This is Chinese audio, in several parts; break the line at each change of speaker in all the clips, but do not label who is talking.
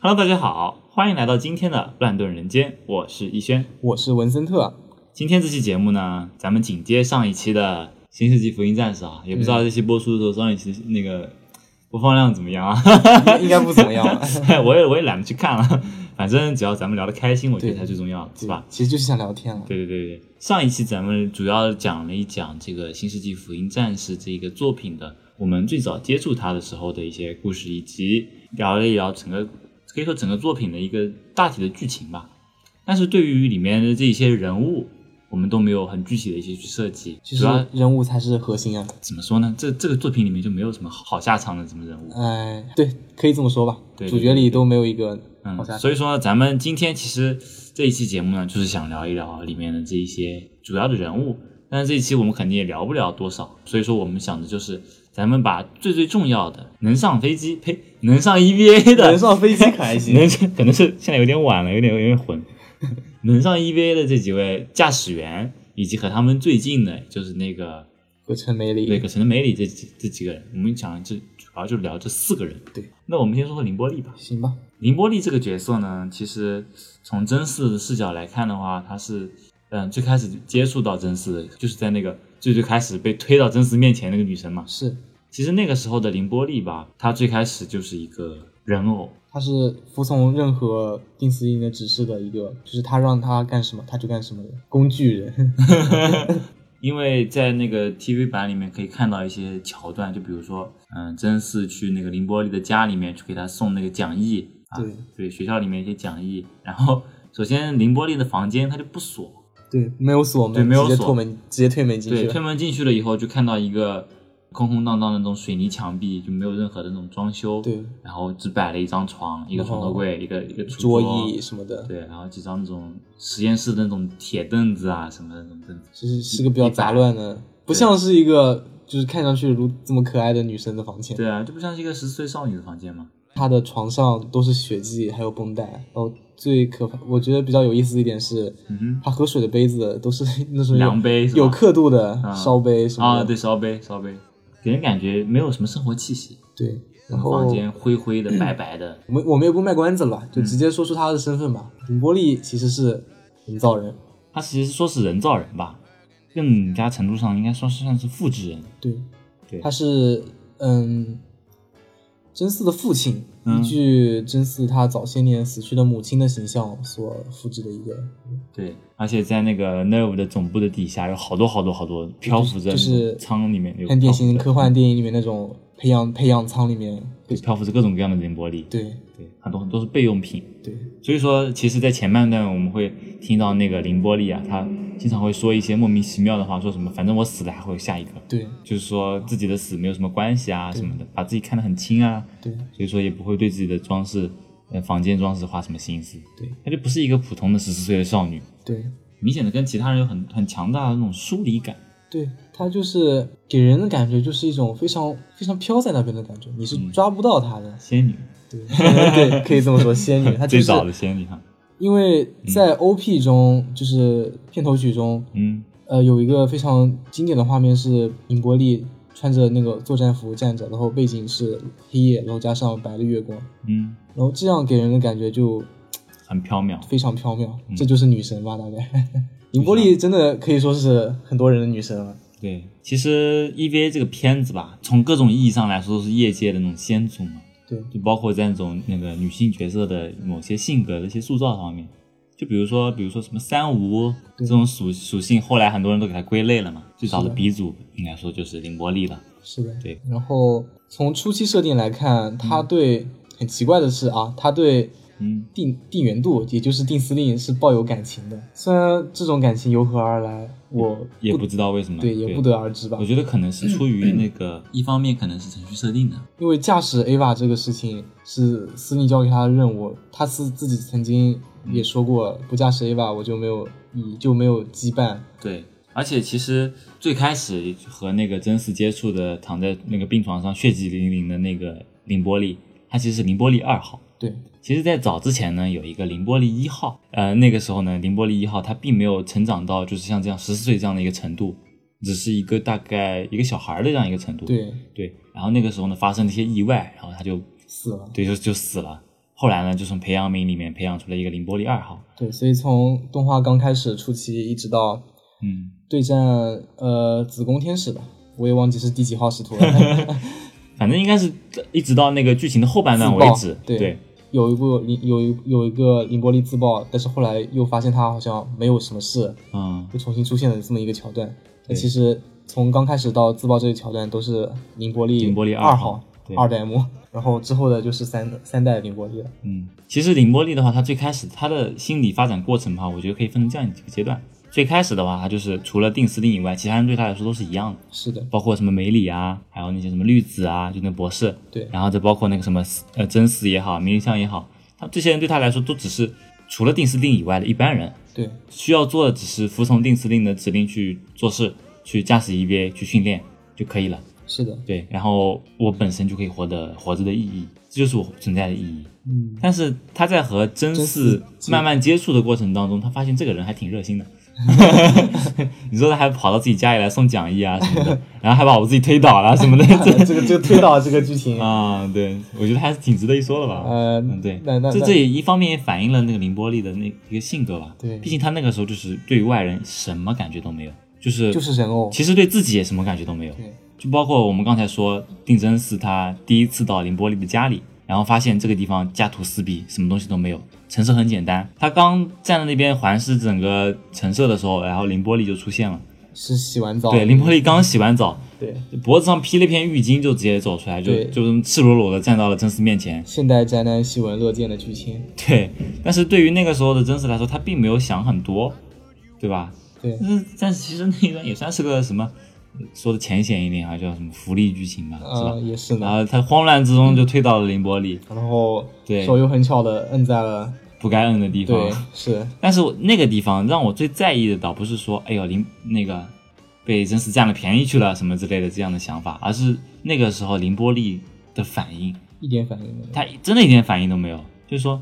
Hello，大家好，欢迎来到今天的乱炖人间，我是逸轩。
我是文森特，
今天这期节目呢，咱们紧接上一期的《新世纪福音战士》啊，也不知道这期播出的时候，上一期那个播放量怎么样啊？
应该不怎么样吧？
我也我也懒得去看了，反正只要咱们聊得开心，我觉得
对
才最重要，是吧？？
其实就是想聊天啊了。
对对对对，上一期咱们主要讲了一讲这个《新世纪福音战士》这个作品的，我们最早接触它的时候的一些故事，以及聊了一聊整个可以说整个作品的一个大体的剧情吧。但是对于里面的这些人物，我们都没有很具体的一些去设计，
其
主要
实人物才是核心啊。
怎么说呢？这这个作品里面就没有什么好下场的什么人物，
哎，对，可以这么说吧。
对对
主角里都没有一个好
嗯，
像
所以说呢，咱们今天其实这一期节目呢，就是想聊一聊里面的这一些主要的人物。但是这一期我们肯定也聊不了多少，所以说我们想的就是，咱们把最最重要的能上飞机，呸，能上 EVA 的
能上飞机可还 行。
能上可能是现在有点晚了，有点有点混。 能上 EVA 的这几位驾驶员，以及和他们最近的，就是那个
葛城美
对，
里，
葛城的美里这几这几个人，我们讲这主要就聊这四个人。
对，
那我们先说说凌波丽吧。
行吧？
凌波丽这个角色呢，其实从真嗣的视角来看的话，她是嗯最开始接触到真嗣，就是在那个最最开始被推到真嗣面前那个女生嘛。
是，
其实那个时候的凌波丽吧，她最开始就是一个人偶，
他是服从任何丁思英的指示的一个，就是他让他干什么他就干什么的工具人。
因为在那个 TV 版里面可以看到一些桥段，就比如说嗯真嗣去那个凌波丽的家里面去给她送那个讲义啊，
对
对学校里面一些讲义，然后首先凌波丽的房间她就不锁。
对，没有锁门，
对没有
直接
锁
推门，直接推门进
对，
去
推
了。
门进去了以后，就看到一个空空荡荡的那种水泥墙壁，就没有任何的那种装修。
对，哦
然后只摆了一张床、一个床头柜、一个一个书
桌
桌
椅。什么的，
对，然后几张那种实验室的那种铁凳子啊什么的那种凳子。
就是是个比较杂乱的，不像是一个就是看上去如这么可爱的女生的房间。
对啊，这不像是一个十岁少女的房间吗？
他的床上都是血迹，还有绷带。然后最可怕，我觉得比较有意思一点是，
嗯
他喝水的杯子都是 那种有
量杯是吧
有刻度的
啊
烧杯什
哼，啊，
么的。
对，烧杯烧杯，给人感觉没有什么生活气息。
对，然
房
后
间灰灰的、白白的，
我们我们也不卖关子了，就直接说出他的身份吧。凌波丽其实是人造人，
它其实说是人造人吧，更加程度上应该说是算是复制人。
对，
对
他是嗯，真嗣的父亲，
嗯
依据真嗣他早些年死去的母亲的形象所复制的一个
对，而且在那个 Nerve 的总部的底下有好多好多好多漂浮着
就
那
是
种舱里面，有
很典型
漂浮着
科幻电影里面那种培养培养舱里面，
对漂浮着各种各样的凌波丽，
对
对，很多很多是备用品。
对
所以说，其实，在前半段我们会听到那个凌波丽啊，她经常会说一些莫名其妙的话，说什么反正我死了还会有下一个，
对
就是说自己的死没有什么关系啊什么的，把自己看得很轻啊，
对
所以说也不会对自己的装饰、呃房间装饰花什么心思。
对，
她就不是一个普通的十四岁的少女，
对
明显的跟其他人有很很强大的那种疏离感。
对，他就是给人的感觉就是一种非常非常飘在那边的感觉，你
嗯
是抓不到他的，
仙女，
对对，可以这么说，仙女，她就
最
是
早的嗯仙女哈，
因为在 OP 中，就是片头曲中，
嗯，
呃，有一个非常经典的画面是尹伯利穿着那个作战服站着，然后背景是黑夜，然后加上白的月光，
嗯，
然后这样给人的感觉就
很缥缈，
非常缥缈，这就是女神吧，大概。尹波丽真的可以说是很多人的女神了，
对，其实 EVA 这个片子吧，从各种意义上来说都是业界的那种先祖嘛，
对
就包括在那种那个女性角色的某些性格的一些塑造方面，就比如说，比如说什么三无这种属属性，后来很多人都给它归类了嘛，最早的鼻祖应该说就是凌波丽了，
是的，
对。
然后从初期设定来看，他对、很奇怪的是啊，他对
嗯，
定定元度，也就是定司令是抱有感情的，虽然这种感情由何而来，我
也不知道为什么，
对也不得而知吧
我。觉得可能是出 于那个，一方面可能是程序设定的，
因为驾驶 AVA 这个事情是司令交给他的任务，他是自己曾经也说过，不驾驶 AVA 我就没有你就没有羁绊，
对，而且其实最开始和那个真嗣接触的，躺在那个病床上血迹淋淋的那个凌波丽，她其实是凌波丽二号。
对
其实，在早之前呢，有一个凌波丽一号，呃，那个时候呢，凌波丽一号她并没有成长到就是像这样十四岁这样的一个程度，只是一个大概一个小孩儿的这样一个程度。
对
对，然后那个时候呢，发生了一些意外，然后她就
死了，
对就就死了。后来呢，就从培养皿里面培养出了一个凌波丽二号。
对，所以从动画刚开始初期一直到
嗯，
对战呃子宫天使吧，我也忘记是第几号使徒了。
反正应该是一直到那个剧情的后半段
自
为
爆
止。
对有一部有一有一个凌波丽自爆，但是后来又发现他好像没有什么事，
嗯，
又重新出现了这么一个桥段。那
对
其实从刚开始到自爆这个桥段都是凌波丽
凌波丽
二
二
号
号对
二代目，然后之后的就是三三代凌波丽了。
嗯，其实凌波丽的话，她最开始她的心理发展过程哈，我觉得可以分成这样几个阶段。最开始的话，她就是除了定司令以外，其他人对她来说都是一样的，
是的，
包括什么梅里啊，还有那些什么绿子啊，就那博士，
对
然后再包括那个什么呃真嗣也好，明日香也好，他这些人对她来说都只是除了定司令以外的一般人，
对
需要做的只是服从定司令的指令去做事，去驾驶 EVA 去训练就可以了。
是的，
对，然后我本身就可以活得活着的意义，这就是我存在的意义。
嗯，
但是他在和真嗣慢慢接触的过程当中，他发现这个人还挺热 心的。你说他还跑到自己家里来送讲义啊什么的，然后还把我自己推倒了啊什么的， 这
呃这个这个推导这个剧情，
啊，对，我觉得还是挺值得一说的吧。
呃
嗯，对，
那那
这
那
这也一方面也反映了那个凌波丽的那一个性格吧。
对
毕竟他那个时候就是对外人什么感觉都没有，就是
就是人偶，
其实对自己也什么感觉都没有。
对
就包括我们刚才说，定真寺他第一次到凌波丽的家里，然后发现这个地方家徒四壁，什么东西都没有，陈设很简单。他刚站在那边环视整个陈设的时候，然后凌波丽就出现了。
是洗完澡，
对，凌波丽刚洗完澡，
对
脖子上披了一片浴巾，就直接走出来，就
对
就这么赤裸裸的站到了真嗣面前。
现代宅男喜闻乐见的剧情，
对，但是对于那个时候的真嗣来说，他并没有想很多，对吧？
对
但是但是其实那一段也算是个什么，说的浅显一点啊，叫什么福利剧情吧，是吧啊
嗯，？也是
然
呢。
后他慌乱之中就推到了凌波丽
然后
对啊
手又很巧的摁在了，
不该摁的地方
对。，是
但是我那个地方让我最在意的倒不是说，哎呦凌那个被真嗣占了便宜去了什么之类的这样的想法，而是那个时候凌波丽的反应，
一点反应没有。
他真的一点反应都没有，就是说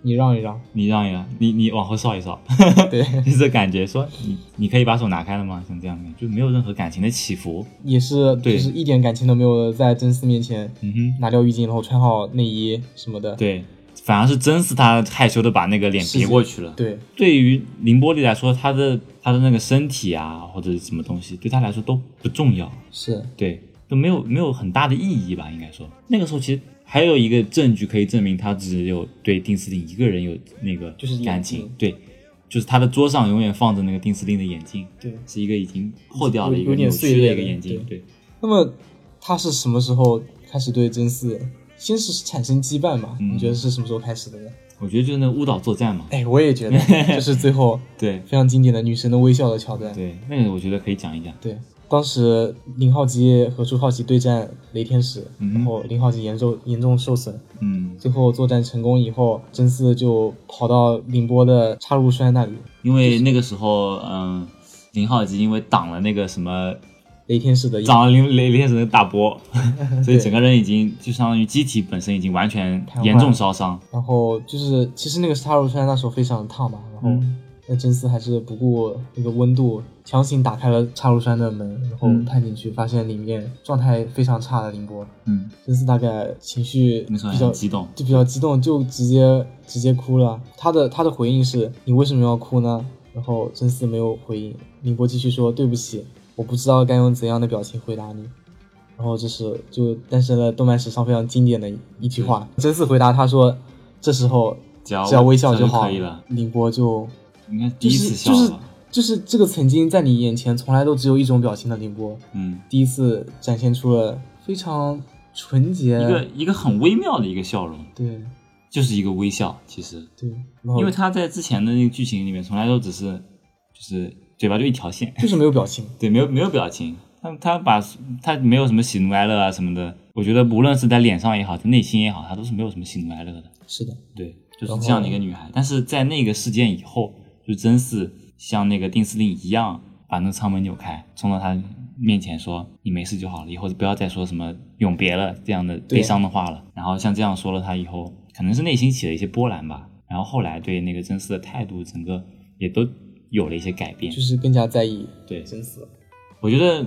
你让一让，
你让一让，你你往后稍一稍，
对，
就是这感觉，说你你可以把手拿开了吗？像这样的，就没有任何感情的起伏。
也是就
对
是一点感情都没有，在真嗣面前
嗯哼。
拿掉浴巾，然后穿好内衣什么的。
对，反而是真是他害羞的把那个脸别过去了。
对
对于凌波丽来说，她的她的那个身体啊，或者什么东西，对她来说都不重要，
是
对，都没有没有很大的意义吧，应该说。那个时候其实还有一个证据可以证明她只有对丁司令一个人有那个
就是眼
感情
睛，
对，就是她的桌上永远放着那个丁司令的眼镜，
对。
是一个已经破掉了一
有
个
点
扭
碎
曲的
裂
一个
的
眼镜，对
那么他是什么时候开始对真嗣先是产生羁绊吧？
嗯
你觉得是什么时候开始的呢？
我觉得就是那误导作战嘛，
哎，我也觉得，就是最后
对
非常经典的女神的微笑的桥段。
对，那个我觉得可以讲一讲。
对，当时林浩基和朱浩基对战雷天使，
嗯
然后林浩基严重严重受损，
嗯，
最后作战成功以后，真嗣就跑到凌波的插入栓那里，
因为那个时候，嗯，林浩基因为挡了那个什么，
雷天使的一
挡了林雷天使的大 波，所以
对
整个人已经就相当于机体本身已经完全
瘫痪
严重烧伤。
然后就是其实那个插入栓那时候非常烫嘛，然后
嗯
那真嗣还是不顾那个温度，强行打开了插入栓的门，然后
嗯
探进去，发现里面状态非常差的凌波，
嗯，
真嗣大概情绪
那时候
比
还
较
很激动。
就比较激动，就直接直接哭了。他的他的回应是：“你为什么要哭呢？”然后真嗣没有回应，宁波继续说：“对不起，我不知道该用怎样的表情回答你。”然后这是就诞生了动漫史上非常经典的一句话。真嗣回答他说：“这时候
嗯只要
只要微笑
就
好。”
可以了。
宁波就
应该第
就
一次
是
笑
就是
了吧。
就是这个曾经在你眼前从来都只有一种表情的宁波，
嗯，
第一次展现出了非常纯洁
一个一个很微妙的一个笑容，
对
就是一个微笑。其实，
对，然后
因为他在之前的那个剧情里面，从来都只是就是嘴巴就一条线，
就是没有表情。
对，没有没有表情，他他把他没有什么喜怒哀乐啊什么的，我觉得无论是在脸上也好，在内心也好，他都是没有什么喜怒哀乐的。
是的，
对，就是这样的一个女孩。但是在那个事件以后，就真是像那个丁司令一样，把那个舱门扭开，冲到他面前说：“你没事就好了，以后不要再说什么永别了这样的悲伤的话了。”然后像这样说了他以后，可能是内心起了一些波澜吧。然后后来对那个真嗣的态度，整个也都有了一些改变
就。是更加在意
对，
真嗣。
我觉得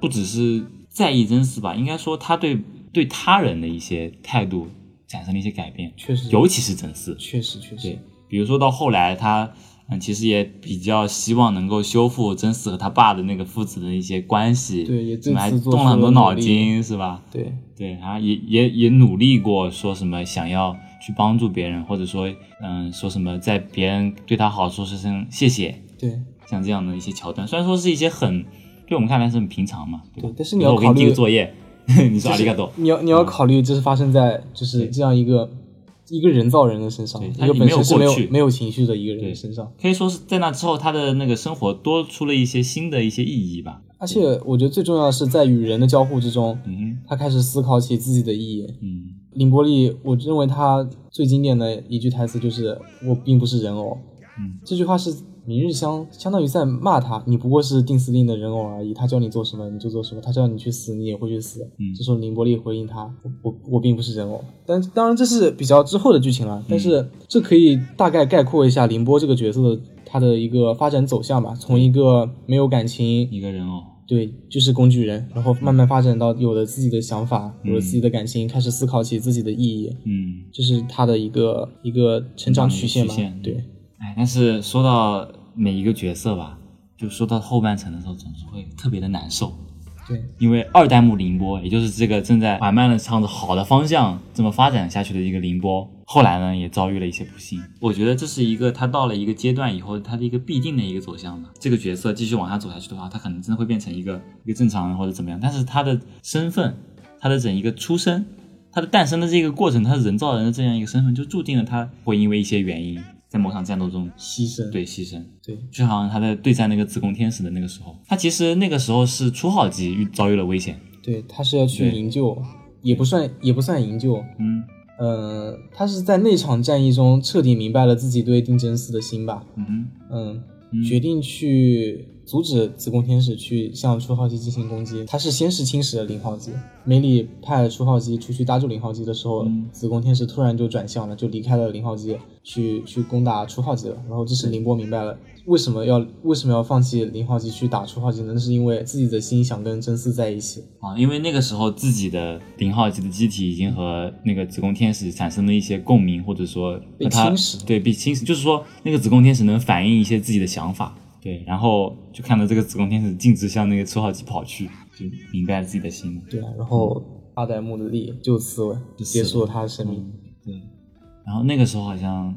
不只是在意真嗣吧，应该说他对对他人的一些态度产生了一些改变，
确实
尤其是真嗣，
确实确实
对，比如说到后来他。嗯，其实也比较希望能够修复真嗣和他爸的那个父子的一些关系，
对也
什么还
这次做
动了很
出
多
了
脑
努力
筋，是吧？
对
对，然后也也也努力过，说什么想要去帮助别人，或者说，嗯，说什么在别人对他好说声谢谢，
对
像这样的一些桥段，虽然说是一些很对我们看来是很平常嘛，对吧
对，但是你要
比如说我
考
给你
虑
一个作业， 你说阿里嘎多，嗯
你要你要考虑，这是发生在就是这样一个一个人造人的身上，
对
一
他
个
也
本
没有
身是没
过去
有没有情绪的一个人
对
的身上。
可以说是在那之后，他的那个生活多出了一些新的一些意义吧。
而且我觉得最重要的是在与人的交互之中，
嗯
他开始思考起自己的意义。
哼嗯，
林国立，我认为他最经典的一句台词就是“我并不是人偶”，
嗯，
这句话是明日香相当于在骂他，你不过是定司令的人偶而已，他叫你做什么你就做什么，他叫你去死你也会去死。
嗯
这时候林伯利回应他，我我我并不是人偶，但当然这是比较之后的剧情了，但是
嗯
这可以大概概括一下林波这个角色的他的一个发展走向吧，从一个没有感情，
一个人哦偶，
对，就是工具人，然后
嗯
慢慢发展到有了自己的想法，有了自己的感情，开始思考起自己的意义，
嗯，
这是他的一个一个成长曲线吧
成长嗯曲线。
对，
哎，但是说到每一个角色吧，就说到后半程的时候，总是会特别的难受。
对，
因为二代目凌波，也就是这个正在缓慢的向着好的方向这么发展下去的一个凌波，后来呢也遭遇了一些不幸。我觉得这是一个他到了一个阶段以后，他的一个必定的一个走向吧。这个角色继续往下走下去的话，他可能真的会变成一个一个正常人或者怎么样。但是他的身份，他的整一个出身，他的诞生的这个过程，他人造人的这样一个身份，就注定了他会因为一些原因，在某场战斗中
牺牲，
对牺牲。
对
就好像他在对战那个自宫天使的那个时候，他其实那个时候是初号机遇遭遇了危险，
对他是要去
对
营救，也不算也不算营救，
嗯
呃，他是在那场战役中彻底明白了自己对定真寺的心吧，
嗯哼
嗯，
嗯
决定去阻止子宫天使去向初号机进行攻击。他是先是侵蚀了零号机，梅里派初号机出去搭救零号机的时候，
嗯
子宫天使突然就转向了，就离开了零号机，去去攻打初号机了。然后这时凌波明白
嗯
了为什么要为什么要放弃零号机去打初号机呢？那是因为自己的心想跟真嗣在一起。
啊，因为那个时候自己的零号机的机体已经和那个子宫天使产生了一些共鸣，或者说
被
和它
侵蚀
对，被侵蚀，就是说那个子宫天使能反映一些自己的想法，对，然后就看到这个子宫天使径直向那个初号机跑去，就明白了自己的心了。
对啊，然后
嗯
二代目的力就此为
就
结
死
束了他的生命。
对，然后那个时候好像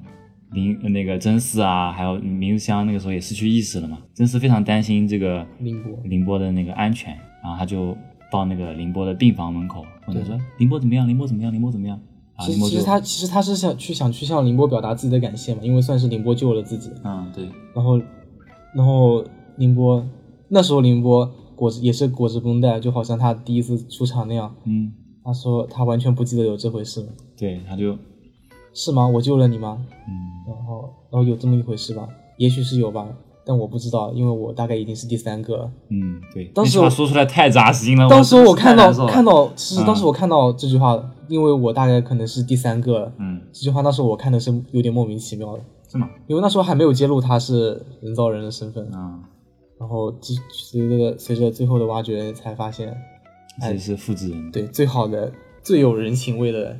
林呃那个真嗣啊，还有明日香那个时候也失去意识了嘛，真嗣非常担心这个
凌波
凌波的那个安全，然后他就到那个凌波的病房门口问他说：“凌波怎么样？凌波怎么样？凌波怎么样？”啊，
其
凌
实
波
其实
就
他其实他是想去想去向凌波表达自己的感谢嘛，因为算是凌波救了自己。
嗯对，
然后，然后凌波那时候凌波裹着也是裹着绷带，就好像他第一次出场那样。
嗯
他说他完全不记得有这回事，
对，他就
是吗？我救了你吗？
嗯
然后然后有这么一回事吧？也许是有吧，但我不知道，因为我大概已经是第三个了。
嗯对，
当时
那句话
我
说出来太扎心了，
当时我
真是太
看到
难受了
看到，其实当时
嗯
我看到这句话，因为我大概可能是第三个了。
嗯
这句话当时我看的是有点莫名其妙的。
是吗？
因为那时候还没有揭露他是人造人的身份，
嗯，
然后继随着随着最后的挖掘才发现，
其
哎
实是复制嗯人，
对最好的最有人情味的，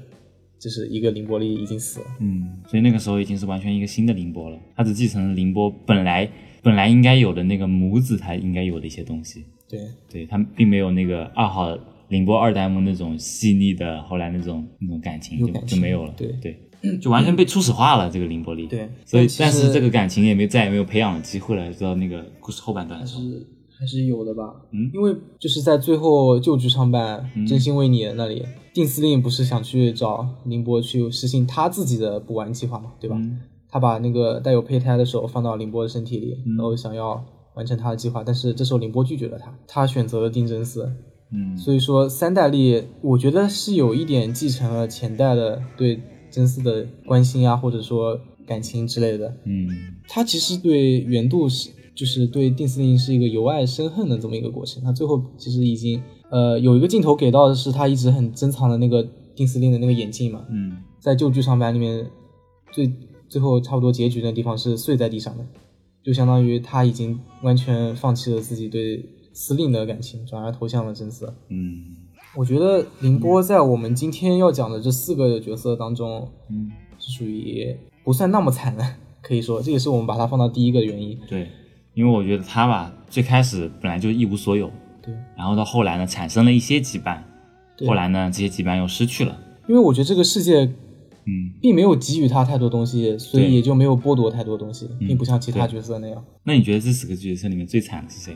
就是一个林伯利已经死了，
嗯，所以那个时候已经是完全一个新的凌波了，他只继承了凌波本来本来应该有的那个母子才应该有的一些东西，
对
对他并没有那个二号凌波二代目那种细腻的后来那种那种感情
有
就
感
就
情
没有了，
对
对，就完全被初始化了这个凌波丽，，
对，
所以
其
但是
实
这个感情也没有再也没有培养的机会了，直到那个故事后半段的时候，
还是有的吧，
嗯
因为就是在最后旧剧场版
嗯
《真心为你》那里，定司令不是想去找宁波去实行他自己的补完计划嘛，对吧？
嗯
他把那个带有胚胎的手放到凌波的身体里，
嗯
然后想要完成他的计划，但是这时候凌波拒绝了他，他选择了定真寺。
嗯，
所以说三代力，我觉得是有一点继承了前代的对真嗣的关心啊，或者说感情之类的。
嗯
他其实对原度是，就是对定司令是一个由爱生恨的这么一个过程。他最后其实已经，呃，有一个镜头给到的是他一直很珍藏的那个定司令的那个眼镜嘛，
嗯
在旧剧场版里面，最最后差不多结局那地方是碎在地上的，就相当于他已经完全放弃了自己对司令的感情，转而投向了真嗣。
嗯，
我觉得凌波在我们今天要讲的这四个角色当中，
嗯，
是属于不算那么惨的，可以说这也是我们把它放到第一个的原因。
对，因为我觉得他吧，最开始本来就一无所有，
对，
然后到后来呢，产生了一些羁绊，
对
后来呢，这些羁绊又失去了，
因为我觉得这个世界
嗯，
并没有给予他太多东西，所以
对嗯
也就没有剥夺太多东西，并不像其他角色那样。
那你觉得这四个角色里面最惨的是谁？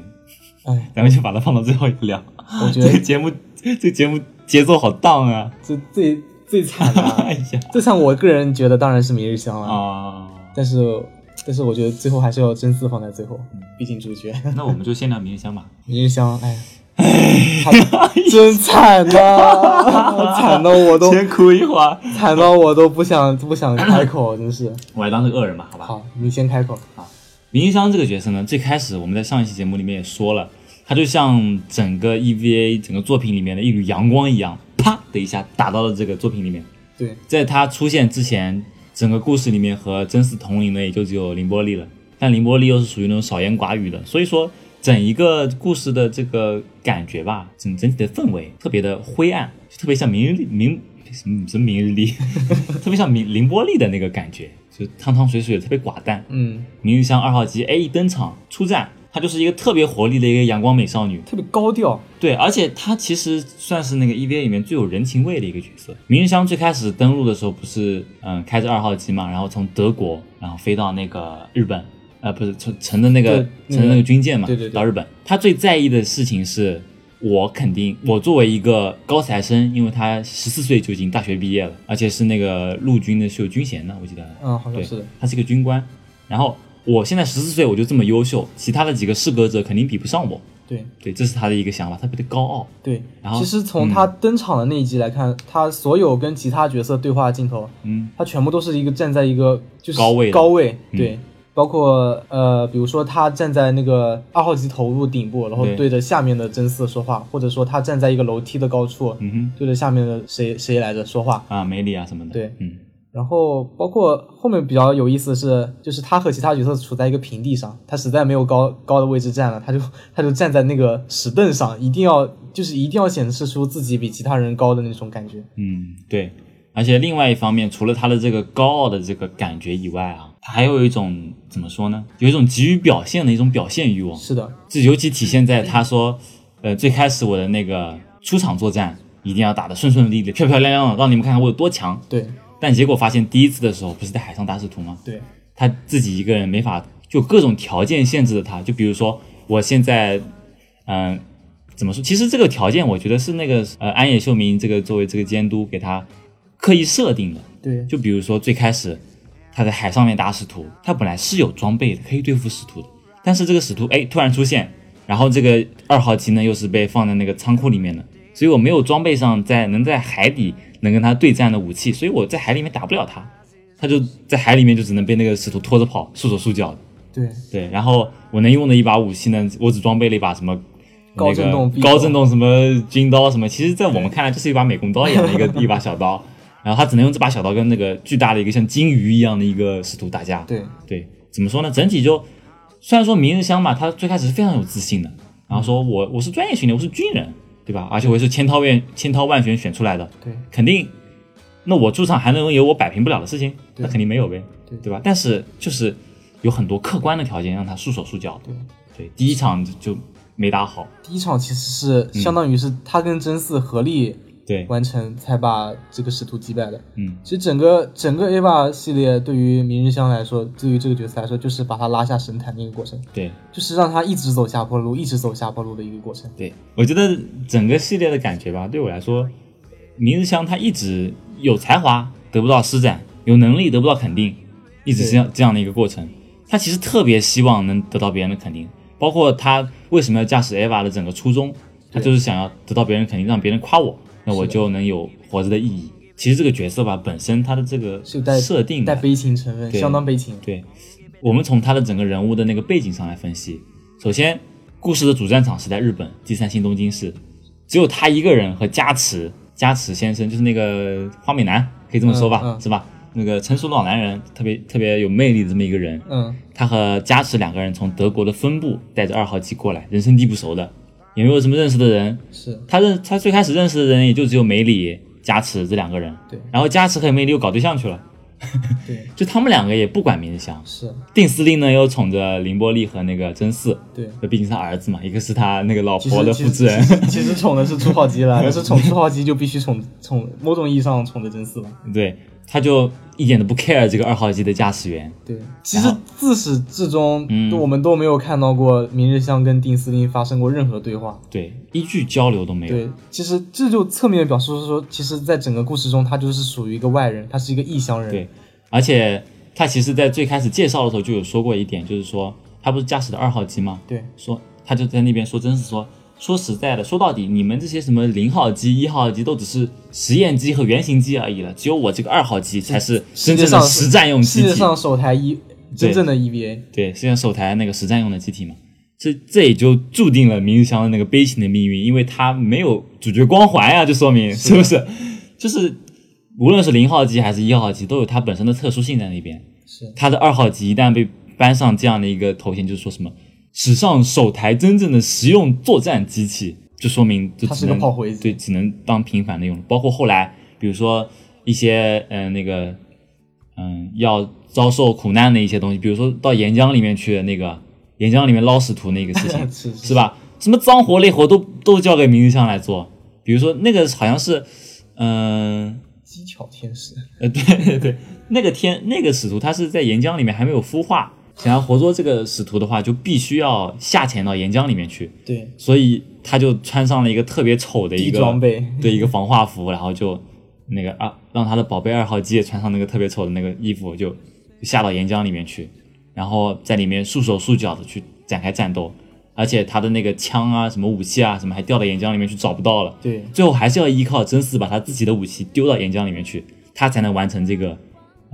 哎，
咱们就把它放到最后一个聊。
我觉
这个
得
节目，这个节目节奏好荡啊！
这最最惨的、啊
哎呀，
最惨，我个人觉得当然是明日香了，
啊，
但是但是我觉得最后还是要真嗣放在最后，毕竟主角
那我们就先聊明日香吧。
明日香，哎呀，他真惨呐、惨到我都
先哭一会儿，
惨到我都不想不想开口， 真是。
我来当是个恶人吧，好吧？
好，你先开口。
明一香这个角色呢，最开始我们在上一期节目里面也说了，他就像整个 EVA 整个作品里面的一缕阳光一样，啪的一下打到了这个作品里面。
对，
在他出现之前，整个故事里面和真嗣同龄的也就只有凌波丽了，但凌波丽又是属于那种少言寡语的，所以说整一个故事的这个感觉吧，整整体的氛围特别的灰暗，就特别像明日丽明什么什么明日丽， 特别像明凌波丽的那个感觉，就汤汤水水，特别寡淡。
嗯，
明日香二号机，哎，一登场出战，她就是一个特别活力的一个阳光美少女。
特别高调。
对，而且她其实算是那个 EVA 里面最有人情味的一个角色。明日香最开始登陆的时候，不是嗯开着二号机嘛，然后从德国，然后飞到那个日本，呃，不是乘乘的那个乘
对
的
那
那
个
个军舰嘛，
对对对
到日本。她最在意的事情是。我肯定，我作为一个高材生，因为她十四岁就已经大学毕业了，而且是那个陆军的，是有军衔的，我记得。
嗯，好像
对，
是的。
他是一个军官。然后我现在十四岁，我就这么优秀，其他的几个适格者肯定比不上我。
对
对，这是他的一个想法，特别的高傲。
对
然，后
其实从他登场的那一集来看，他所有跟其他角色对话的镜头，
嗯，
他全部都是一个站在一个就是
高位的
高位，
嗯
对，包括呃，比如说他站在那个二号机头部顶部，然后
对
对着下面的真嗣说话，或者说他站在一个楼梯的高处，
嗯哼，
对着下面的谁谁来着说话，
啊，梅里啊什么的。
对，
嗯，
然后包括后面比较有意思的是，就是他和其他角色处在一个平地上，他实在没有高高的位置站了，他就 他就站在那个石凳上，一定要就是一定要显示出自己比其他人高的那种感觉。
嗯，对。而且另外一方面，除了他的这个高傲的这个感觉以外啊，他还有一种怎么说呢？有一种急于表现的一种表现欲望。
是的，
这尤其体现在他说，呃，最开始我的那个出场作战一定要打得顺顺利利、漂漂亮亮的，让你们看看我有多强。
对
但结果发现第一次的时候，不是在海上大师图吗？
对
他自己一个人没法，就各种条件限制了他。就比如说，我现在，嗯、怎么说？其实这个条件，我觉得是那个呃安野秀明这个作为这个监督给他刻意设定的。
对，
就比如说最开始他在海上面打使徒，他本来是有装备的，可以对付使徒的，但是这个使徒哎突然出现，然后这个二号机呢又是被放在那个仓库里面的，所以我没有装备上在能在海底能跟他对战的武器，所以我在海里面打不了他，他就在海里面就只能被那个使徒拖着跑，束手束脚的。
对
对，然后我能用的一把武器呢，我只装备了一把什么。
高震动
那
匕
个
首
高震动什么军刀什么，其实，在我们看来就是一把美工刀一样的一 个一把小刀，然后他只能用这把小刀跟那个巨大的一个像金鱼一样的一个使徒打架。
对
对，怎么说呢？整体就虽然说明日香嘛，他最开始是非常有自信的，然后说我我是专业训练，我是军人，对吧？而且我是千挑万千挑万选选出来的，
对
肯定，那我出场还能有我摆平不了的事情？
对
那肯定没有呗，
对
吧？但是就是有很多客观的条件让他束手束脚。
对，
对，第一场就就没打好。
第一场其实是
嗯
相当于是他跟真嗣合力
对，
完成才把这个使徒击败的。
嗯，
其实整个整个 Ava 系列对于明日香来说，对于这个角色来说，就是把他拉下神坛的一个过程，
对
就是让他一直走下坡路，一直走下坡路的一个过程。
对，我觉得整个系列的感觉吧，对我来说，明日香他一直有才华得不到施展，有能力得不到肯定，一直是这样这样的一个过程。他其实特别希望能得到别人的肯定，包括他为什么要驾驶 Eva 的整个初衷，他
对
就是想要得到别人肯定，让别人夸我，那我
是的
就能有活着的意义。其实这个角色吧，本身他的这个
是有带
设定啊
带
的，
悲情成分，
对
相当悲情。
对，我们从他的整个人物的那个背景上来分析，首先，故事的主战场是在日本第三新东京市，只有他一个人和加持加持先生，就是那个花美男，可以这么说吧，
嗯嗯
是吧？那个成熟老男人，特别特别有魅力的这么一个人，
嗯，
他和加持两个人从德国的分部带着二号机过来，人生地不熟的，也没有什么认识的人。
是
他认他最开始认识的人也就只有梅里、加持这两个人，
对
然后加持和梅里又搞对象去了，
对
就他们两个也不管冥想。
是，
定司令呢又宠着凌波丽和那个真嗣，
对。
就毕竟是他儿子嘛，一个是他那个老
其
婆
实
的
其
复制
实
人，
其实其实宠的是朱浩基了，要是宠朱浩基就必须宠宠，某种意义上宠的真嗣了。
对，他就一点都不 care 这个二号机的驾驶员，
对，其实自始至终，
嗯
我们都没有看到过明日香跟定司令发生过任何对话。
对，一句交流都没有。
对，其实这就侧面表示说，其实，在整个故事中，他就是属于一个外人，他是一个异乡人。
对而且他其实，在最开始介绍的时候就有说过一点，就是说他不是驾驶的二号机吗？
对
说他就在那边说，真是说说实在的，说到底，你们这些什么零号机、一号机都只是实验机和原型机而已了，只有我这个二号机才是真正的实战用机
世界
体。
上首台一真正的 E EVA，
对，实际上手台那个实战用的机体嘛，这这也就注定了明日香的那个悲情的命运，因为他没有主角光环啊呀、就说明是不是？就是无论是零号机还是一号机，都有它本身的特殊性在那边。
是
他的二号机一旦被搬上这样的一个头衔，就是说什么史上首台真正的实用作战机器，就说明就
它
只
是个
能
炮灰，
对，只能当平凡的用。包括后来，比如说一些嗯、呃那个嗯要遭受苦难的一些东西，比如说到岩浆里面去的那个岩浆里面捞使徒那个事情
是是
是吧？什么脏活累活都都交给明日香来做。比如说那个好像是嗯。
机巧天使，
呃，对 对对，那个天那个使徒他是在岩浆里面还没有孵化，想要活捉这个使徒的话，就必须要下潜到岩浆里面去，
对，
所以他就穿上了一个特别丑的一
低
个
装备，
对一个防化服，然后就那个啊，让他的宝贝二号机也穿上那个特别丑的那个衣服，就就下到岩浆里面去，然后在里面束手束脚的去展开战斗，而且他的那个枪啊、什么武器啊、什么还掉到岩浆里面去找不到了。
对
最后还是要依靠真嗣把他自己的武器丢到岩浆里面去，他才能完成这个，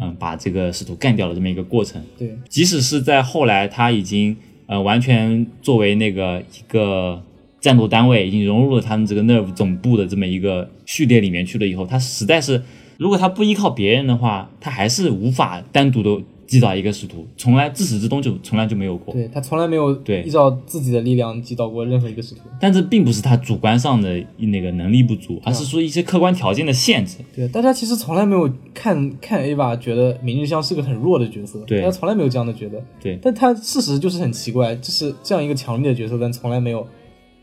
嗯，把这个使徒干掉的这么一个过程。
对
即使是在后来，他已经呃完全作为那个一个战斗单位，已经融入了他们这个 Nerve 总部的这么一个序列里面去了以后，他实在是，如果他不依靠别人的话，他还是无法单独的击倒一个使徒，从来自始至终就从来就没有过。
对，他从来没有
对
依照自己的力量击倒过任何一个使徒。
但这并不是他主观上的那个能力不足，而是说一些客观条件的限制。
对，大家其实从来没有看看 Ava 觉得明日香是个很弱的角色，
对
大家从来没有这样的觉得。
对，
但他事实就是很奇怪，就是这样一个强力的角色，但从来没有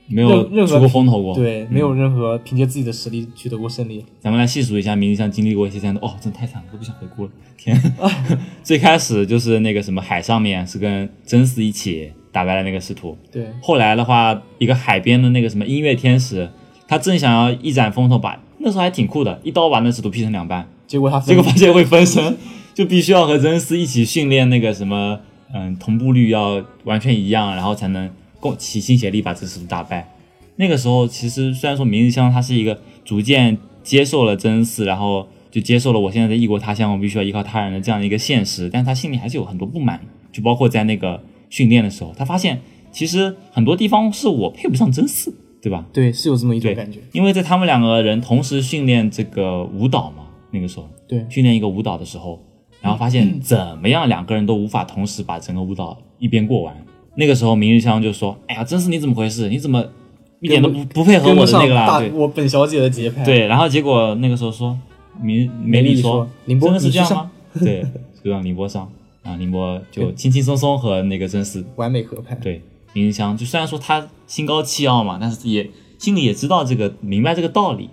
没有
任任何
出过风头过。，
对，没有任何凭借自己的实力取得过胜利。
咱们来细数一下明日香经历过一些战斗。哦，真的太惨了，都不想回顾了。天，
啊
最开始就是那个什么海上面是跟真嗣一起打败了那个使徒，
对，
后来的话，一个海边的那个什么音乐天使，他正想要一展风头把，那时候还挺酷的，一刀把那使徒劈成两半，
结果 他
结
分
果发现会分身， 就必须要和真丝一起训练那个什么，嗯，同步率要完全一样，然后才能共齐心协力把这师打败。那个时候，其实虽然说明日香他是一个逐渐接受了真嗣，然后就接受了我现在在异国他乡，我必须要依靠他人的这样一个现实，但他心里还是有很多不满，就包括在那个训练的时候，他发现其实很多地方是我配不上真嗣，对吧？
对，是有这么一种
对
感觉。
因为在他们两个人同时训练这个舞蹈嘛，那个时候，
对
训练一个舞蹈的时候，然后发
嗯
现怎么样两个人都无法同时把整个舞蹈一边过完。那个时候明日香就说：“哎呀，真是你怎么回事？你怎么一点都不不配合
跟
我
不
的
上
那个啦
大？”我本小姐的节拍。
对，对，然后结果那个时候说明梅
梅丽
丽
说
说：“
凌波
真的是
你去
这样
上
吗？” 对，就让凌波上，然后凌波就轻轻松松和那个真嗣
完美合拍。
对，明日香就虽然说他心高气傲嘛，但是也心里也知道这个明白这个道理，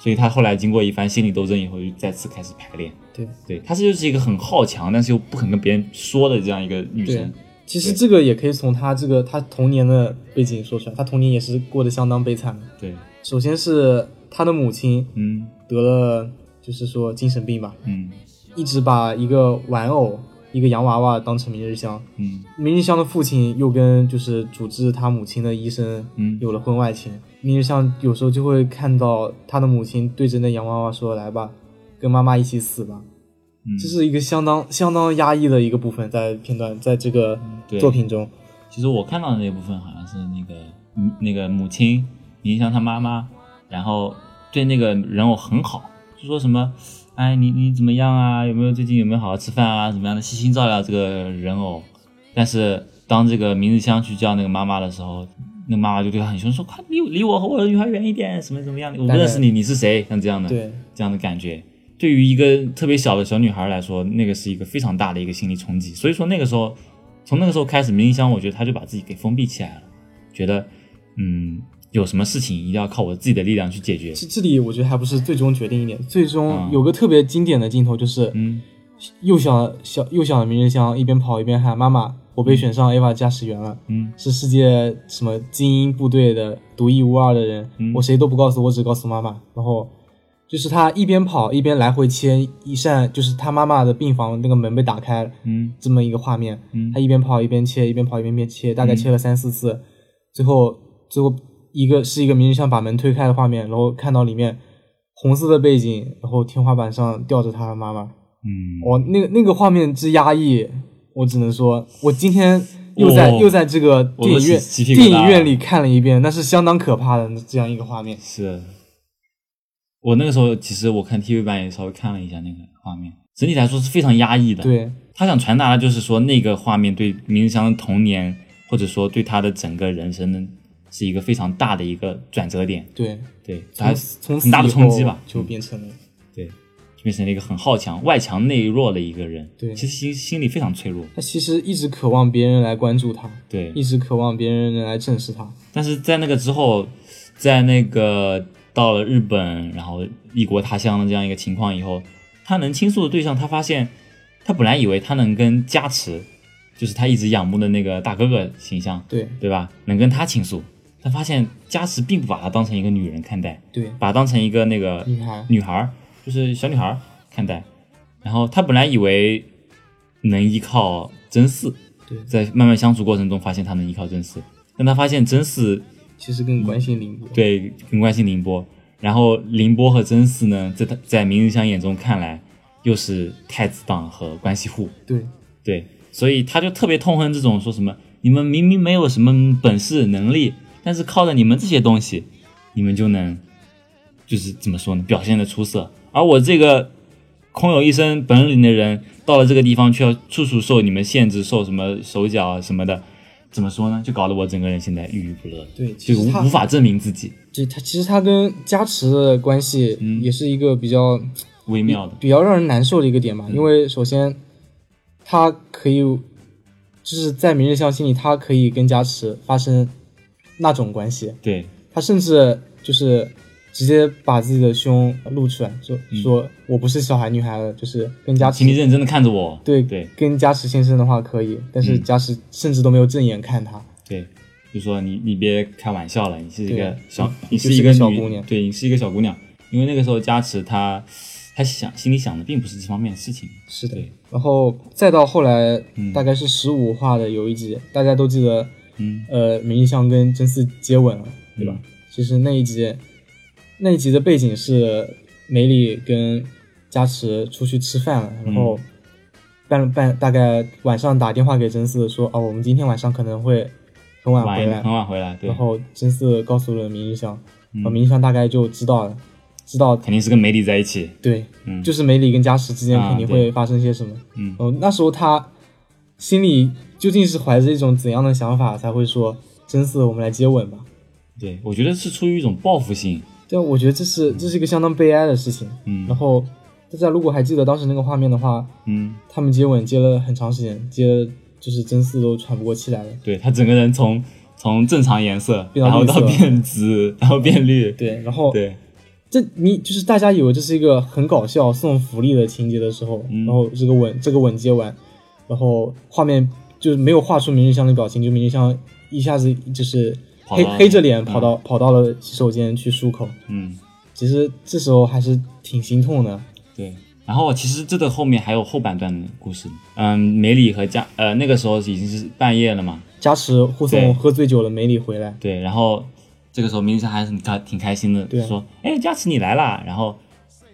所以他后来经过一番心理斗争以后，就再次开始排练。
对
对，她是就是一个很好强，但是又不肯跟别人说的这样一个女
对
生。，
其实这个也可以从他这个他童年的背景说出来，他童年也是过得相当悲惨的。
对，
首先是他的母亲
嗯
得了，就是说精神病吧，
嗯
一直把一个玩偶、一个洋娃娃当成明日香。
嗯
明日香的父亲又跟就是主治他母亲的医生
嗯
有了婚外情。明日香有时候就会看到他的母亲对着那洋娃娃说：“来吧，跟妈妈一起死吧。”
嗯，
这是一个相当相当压抑的一个部分，在片段在这个
嗯对
作品中，
其实我看到的那部分好像是那个嗯那个母亲明香她妈妈，然后对那个人偶很好，就说什么，哎你你怎么样啊？有没有最近有没有好好吃饭啊？怎么样的细心照料这个人偶？但是当这个明日香去叫那个妈妈的时候，那妈妈就对他很凶，说快离离我和我的女孩远一点，什么怎么样的，我不认识你，你是谁？像这样的，
对，
这样的感觉，对于一个特别小的小女孩来说，那个是一个非常大的一个心理冲击。所以说那个时候，从那个时候开始，明香我觉得她就把自己给封闭起来了，觉得嗯，有什么事情一定要靠我自己的力量去解决。
这这里我觉得还不是最终决定一点，最
啊
终有个特别经典的镜头就是，
嗯，
幼小小幼小的名人箱一边跑一边喊妈妈，我被选上 AVA 驾驶员了。
嗯，
是世界什么精英部队的独一无二的人，
嗯
我谁都不告诉，我只告诉妈妈。然后就是他一边跑一边来回切一扇，就是他妈妈的病房那个门被打开了，
嗯
这么一个画面。
嗯
他一边跑一边切，一边跑一边边切，大概
嗯
切了三四次，最后最后一个是一个名人像把门推开的画面，然后看到里面红色的背景，然后天花板上吊着他的妈妈。
嗯，
哇，那个那个画面之压抑，我只能说，我今天又在、
哦
又在这个电影
我都
院
起起屁股
电
大
影
了
院里看了一遍，那是相当可怕的这样一个画面。
是我那个时候其实我看 TV 版也稍微看了一下那个画面，整体来说是非常压抑的。
对
他想传达的就是说，那个画面对明香的童年，或者说对他的整个人生的，是一个非常大的一个转折点。
对，
对，他
从此从此
很大的
以
冲击
后
吧
就
嗯
变成了
对变成了一个很好强、外强内弱的一个人。
对
其实心心里非常脆弱。
他其实一直渴望别人来关注他，
对，
一直渴望别人来正视他。
但是在那个之后，在那个到了日本，然后异国他乡的这样一个情况以后，他能倾诉的对象，他发现他本来以为他能跟加持，就是他一直仰慕的那个大哥哥形象，
对
对吧？能跟他倾诉，但发现加持并不把她当成一个女人看待，
对，
把她当成一个那个
女孩
女孩儿，就是小女孩儿看待。然后她本来以为能依靠真嗣，
对
在慢慢相处过程中发现她能依靠真嗣，但她发现真嗣
其实更关心林博。
对更关心凌波，然后凌波和真嗣呢，在她在明日香眼中看来又是太子党和关系户，
对
对，所以他就特别痛恨这种说什么你们明明没有什么本事能力，但是靠着你们这些东西，你们就能就是怎么说呢，表现的出色。而我这个空有一身本领的人，到了这个地方却要处处受你们限制，受什么手脚啊什么的，怎么说呢？就搞得我整个人现在郁郁不乐，
对，其
就
实他
无无法证明自己，
对他其实他跟加持的关系
嗯
也是一个比较。
微妙的，
比较让人难受的一个
嗯
点吧，因为首先，他可以就是在明日香心里，他可以跟加持发生那种关系，
对，
他甚至就是直接把自己的胸露出来，说、说我不是小孩女孩了，就是跟加持
嗯请你认真的看着我，
对
对
跟加持先生的话可以，但是
嗯
加持甚至都没有正眼看他，
对，就说你你别开玩笑了，你是一个
对
小，你
就是
一
是
个
个小
女
姑娘
对，你是一个小姑娘。因为那个时候加持她，她想心里想的并不是这方面的事情。
是的
对。
然后再到后来，
嗯
大概是十五话的有一集，大家都记得
嗯，
呃，明日香跟真嗣接吻了，对吧？
嗯
其实那一集，那一集的背景是梅里跟加持出去吃饭了，
嗯
然后半半大概晚上打电话给真嗣说，哦，我们今天晚上可能会很嗯晚
晚
回
一
来，
很晚回来，对
然，后真嗣告诉了明日香，
嗯
呃明日香大概就知道了，知道
肯定是跟梅里在一起。
对，
嗯，
就是梅里跟加持之间
啊
肯定
对
会发生些什么。
嗯
哦，那时候他心里究竟是怀着一种怎样的想法，才会说真嗣，我们来接吻吧？
对，我觉得是出于一种报复心。
对啊，我觉得这是这是一个相当悲哀的事情。
嗯
然后大家如果还记得当时那个画面的话，
嗯，
他们接吻接了很长时间，接了就是真嗣都喘不过气来了。
对他整个人从从正常颜色，
变到
然后
绿
到
色哦
变紫，然后变绿。
对，然后
对，
这你就是大家以为这是一个很搞笑送福利的情节的时候，
嗯
然后这个吻这个吻接完，然后画面就是没有画出明日香的表情，就明日香一下子就是
跑
黑
到
黑着脸
嗯
跑到、跑到了洗手间去漱口。
嗯，
其实这时候还是挺心痛的。
对，然后其实这个后面还有后半段的故事。嗯，梅里和加呃那个时候已经是半夜了嘛，
加持护
对
送喝醉酒了梅里回来，
对，然后这个时候明香还是挺开挺开心的
对，啊
说：“哎，加持你来啦！”然后，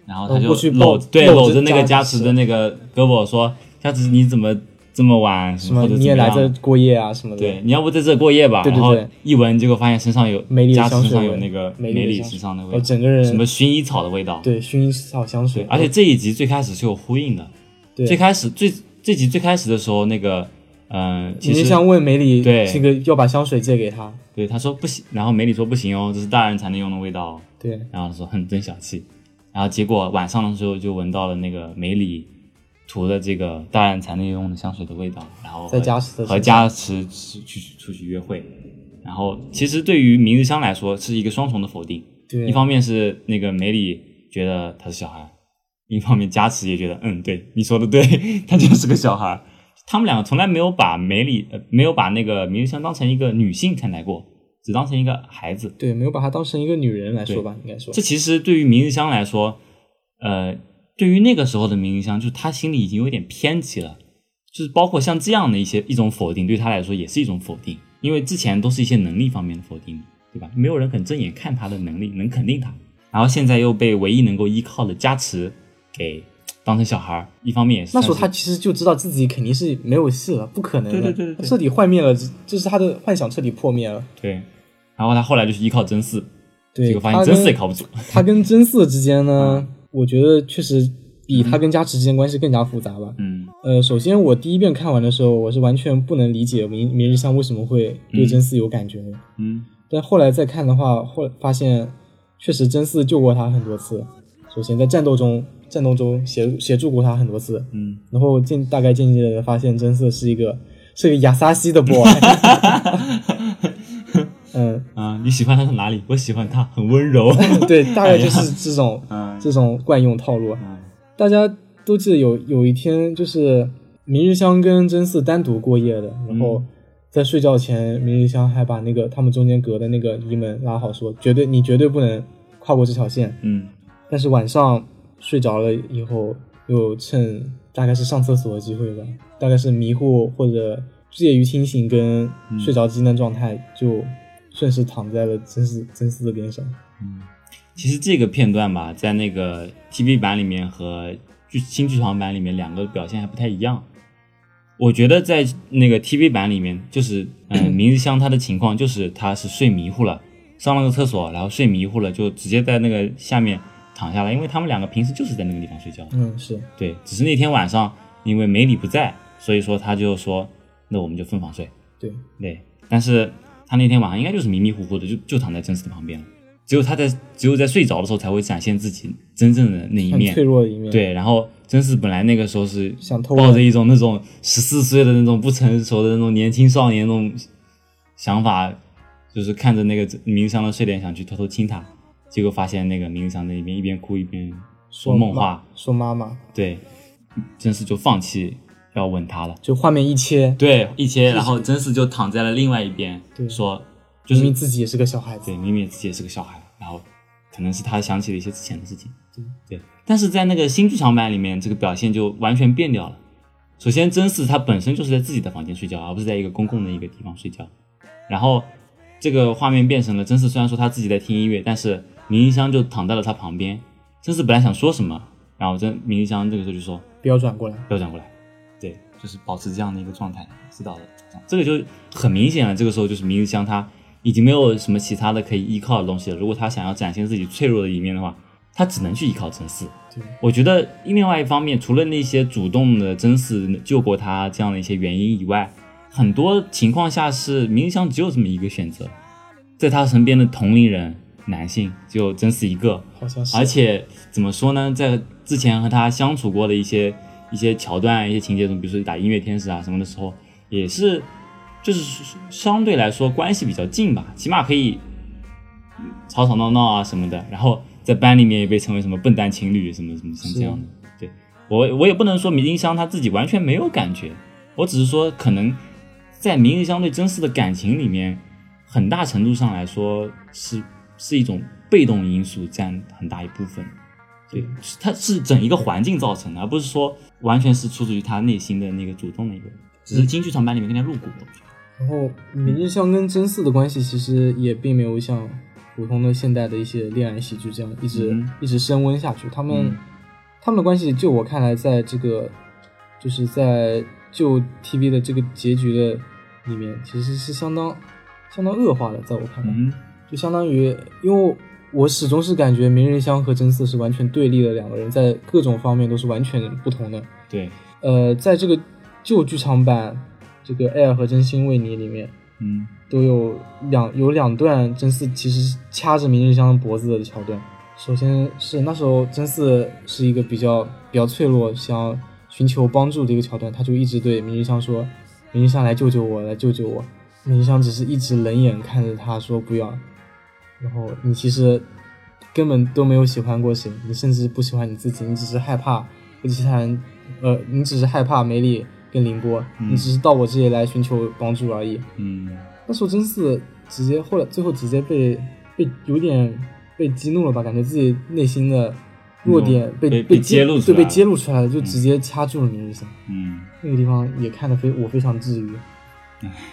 然后他
呃
就
过去
搂
抱
对
搂着
搂着那个
加
加
持
持的那个胳膊说：“加持你怎么这么晚？
什么
或者
你
怎
也来
样
这过夜啊什么的。
对，你要不在这过夜吧？”
对对
然
对
后一闻，结果发现身上有
梅里的
加持
香
身
水
上有
味
那个
梅
梅
里的
里
香
身上的味
我
道，
哦整个人
什么薰衣草的味道。
对薰衣草香水
对，，啊而且这一集最开始是有呼应的，
对
最开始最这集最开始的时候，那个嗯，其
你
实
就像问梅里
对
这个要把香水借给他，
对他说不行，然后梅里说不行哦，这是大人才能用的味道哦、
对，
然后他说哼，真小气。然后结果晚上的时候就闻到了那个梅里涂的这个大人才能用的香水的味道，然后和
在加时的时候
和加持去去出去约会。然后其实对于明日香来说是一个双重的否定，
对，
一方面是那个梅里觉得他是小孩，一方面加持也觉得嗯，对你说的对， 他就是个小孩。他们两个从来没有把梅里呃没有把那个明日香当成一个女性看待过，只当成一个孩子。
对没有把她当成一个女人来说吧，应该说
这，其实对于明日香来说，呃，对于那个时候的明日香，就是他心里已经有点偏激了，就是包括像这样的一些一种否定，对他来说也是一种否定，因为之前都是一些能力方面的否定，对吧？没有人肯正眼看他的能力，能肯定他，然后现在又被唯一能够依靠的加持给当成小孩儿，一方面也是
那时候她
算是
其实就知道自己肯定是没有戏了，不可能
对
的，
对对对对
她彻底幻灭了，这这是她的幻想彻底破灭了。
对，然后他后来就是依靠真嗣，
对，
结果发
她
现真嗣也
跟
靠不住，
她跟真嗣之间
啊
呢，我觉得确实比她跟加持之间关系更加复杂吧。
嗯
呃，首先我第一遍看完的时候，我是完全不能理解明明日香为什么会对
嗯
真嗣有感觉的。
嗯
但后来再看的话，后来发现确实真嗣救过他很多次。首先在战斗中，战斗中协协助过他很多次，
嗯，
然后渐大概渐渐的发现真嗣是一个是个亚萨西的 boy。嗯，
啊、你喜欢他在哪里？我喜欢他很温 柔，
对，大概就是这种、这种惯用套路。啊
嗯
大家都记得有有一天，就是明日香跟真嗣单独过夜的，然
嗯
后在睡觉前，明日香还把那个他们中间隔的那个移门拉好说，绝对你绝对不能跨过这条线。
嗯。
但是晚上睡着了以后，又趁大概是上厕所的机会吧，大概是迷糊或者介于清醒跟睡着之间的状态，就顺势躺在了真嗣真嗣的边上。
其实这个片段吧，在那个 TV 版里面和剧新剧场版里面两个表现还不太一样。我觉得在那个 TV 版里面，就是嗯、呃明日香她的情况就是她是睡迷糊了，上了个厕所，然后睡迷糊了，就直接在那个下面躺下来，因为他们两个平时就是在那个地方睡觉。
嗯，是
对，只是那天晚上因为梅里不在，所以说他就说那我们就分房睡。
对，
对，但是他那天晚上应该就是迷迷糊糊的，就就躺在真嗣的旁边了。只有他在只有在睡着的时候才会展现自己真正的那一
很
面
脆。弱的一面。
对，然后真嗣本来那个时候是
想偷
抱
懒
着一种那种十四岁的那种不成熟的那种年轻少年那种想法，就是看着那个明香的睡莲想去偷偷亲他，结果发现那个明香在那边一边哭一边说梦话，
说妈妈，
对，真嗣就放弃要吻她了。
就画面一切，
对，一切，然后真嗣就躺在了另外一边，
对
说就
明
是
明自己也是个小孩子
对，，明明自己也是个小孩，然后可能是他想起了一些之前的事情，对，但是在那个新剧场版里面，这个表现就完全变掉了。首先，真嗣他本身就是在自己的房间睡觉，而不是在一个公共的一个地方睡觉。然后，这个画面变成了真嗣虽然说他自己在听音乐，但是明日香就躺在了他旁边。真嗣本来想说什么，然后真明日香这个时候就说：“
不要转过来。
不要转过来。对，就是保持这样的一个状态，知道的。这个就很明显了，这个时候就是明日香她已经没有什么其他的可以依靠的东西了。如果她想要展现自己脆弱的一面的话，她只能去依靠真嗣。
对，
我觉得另外一方面，除了那些主动的真嗣救过她这样的一些原因以外，很多情况下是明日香只有这么一个选择，在她身边的同龄人男性只有真嗣一个，
好像是。
而且怎么说呢，在之前和他相处过的一些一些桥段、一些情节中，比如说打音乐天使啊什么的时候，也是就是相对来说关系比较近吧，起码可以嗯吵吵闹闹啊什么的。然后在班里面也被称为什么笨蛋情侣什么什么像这样的。对我我也不能说明日香他自己完全没有感觉，我只是说可能在明日香对真嗣的感情里面，很大程度上来说是是一种被动因素占很大一部分。对，是它是整一个环境造成的，而不是说完全是出自于他内心的那个主动的一个，只是京剧场版里面更加露骨。我觉得
然后明日香跟真嗣的关系其实也并没有像普通的现代的一些恋爱喜剧这样一直、
嗯
一直升温下去。他们、
嗯
他们的关系，就我看来，在这个就是在旧 TV 的这个结局的里面，其实是相当相当恶化的，在我看来。
嗯
就相当于，因为我始终是感觉明日香和真嗣是完全对立的两个人，在各种方面都是完全不同的。
对，
呃，在这个旧剧场版，这个《爱和真心为你》里面
嗯
都有两有两段真嗣其实掐着明日香脖子的桥段。首先是那时候真嗣是一个比较比较脆弱，想寻求帮助的一个桥段，他就一直对明日香说：“明日香来救救我，来救救我。”明日香只是一直冷眼看着他说不要，然后你其实根本都没有喜欢过谁，你甚至不喜欢你自己，你只是害怕跟其他人，呃，你只是害怕梅里跟凌波，你只是到我这里来寻求帮助而已。
嗯
那时候真是直接后来最后直接被被有点被激怒了吧，感觉自己内心的弱点
嗯
被
被被
揭
揭露出
对
来
被
了
揭露出来了，就直接掐住了明日香。
嗯，
那个地方也看得非我非常治愈，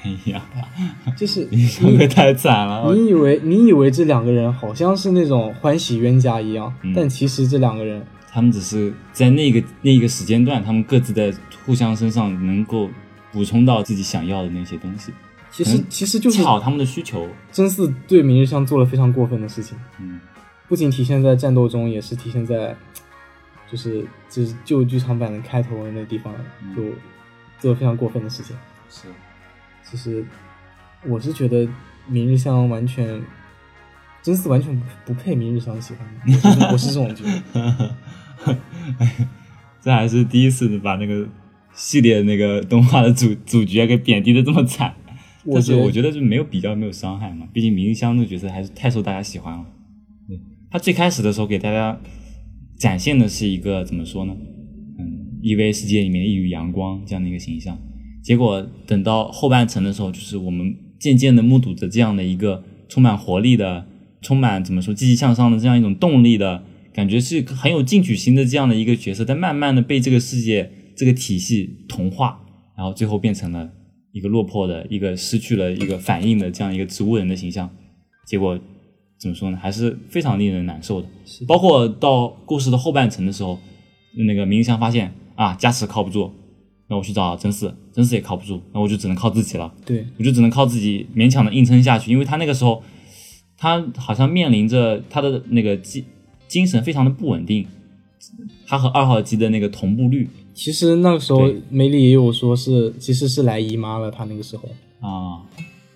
哎呀， 嗯
就是
你伤的太惨了，我
你以为你以为这两个人好像是那种欢喜冤家一样，
嗯
但其实这两个人
他们只是在那个那个时间段，他们各自在互相身上能够补充到自己想要的那些东西，
其实、
嗯
其实就是
恰好他们的需求。
真嗣对明日香做了非常过分的事情，
嗯
不仅体现在战斗中，也是体现在就是就是旧剧场版的开头的那地方
嗯
就做了非常过分的事情。
是，
其实我是觉得明日香完全真嗣完全不不配明日香喜欢， 我是我是这种觉得。
这还是第一次把那个系列那个动画的主主角给贬低的这么惨。但是我觉得就没有比较，没有伤害嘛。毕竟明日香这个角色还是太受大家喜欢了。对，他最开始的时候给大家展现的是一个怎么说呢？嗯，e v 世界里面一缕阳光这样的一个形象。结果等到后半程的时候，就是我们渐渐的目睹着这样的一个充满活力的、充满怎么说积极向上的这样一种动力的感觉，是很有进取心的这样的一个角色，但慢慢的被这个世界、这个体系同化，然后最后变成了一个落魄的、一个失去了一个反应的这样一个植物人的形象。结果怎么说呢，还是非常令人难受的。
是
包括到故事的后半程的时候，那个明香发现啊，加持靠不住，那我去找真嗣，真嗣也靠不住，那我就只能靠自己了，
对
我就只能靠自己勉强的硬撑下去，因为他那个时候，他好像面临着他的那个精精神非常的不稳定，他和二号机的那个同步率
其实那个时候
对，
梅里也有说是，其实是来姨妈了。她那个时候，
啊，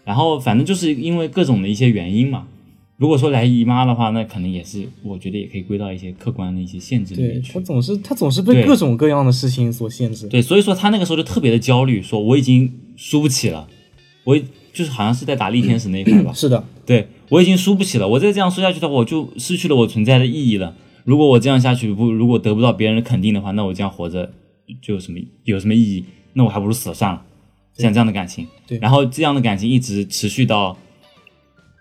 然后反正就是因为各种的一些原因嘛。如果说来姨妈的话，那可能也是，我觉得也可以归到一些客观的一些限制里
对
面去
她。总是她总是被
对
各种各样的事情所限制。
对，所以说他那个时候就特别的焦虑，说我已经输不起了，我已就是好像是在打力天使那一块吧，
是的，
对我已经输不起了，我再这样输下去的话，我就失去了我存在的意义了。如果我这样下去不，如果得不到别人的肯定的话，那我这样活着就有什么有什么意义？那我还不如死了算了。像这样的感情，
对
然后这样的感情一直持续到，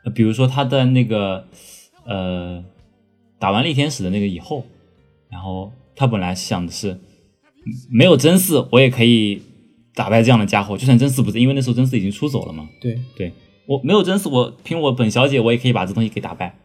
呃比如说他的那个呃，打完力天使的那个以后，然后他本来想的是，嗯没有真嗣我也可以打败这样的家伙，就算真嗣不在，因为那时候真嗣已经出走了嘛，
对
对我没有真嗣，我凭我本小姐，我也可以把这东西给打败。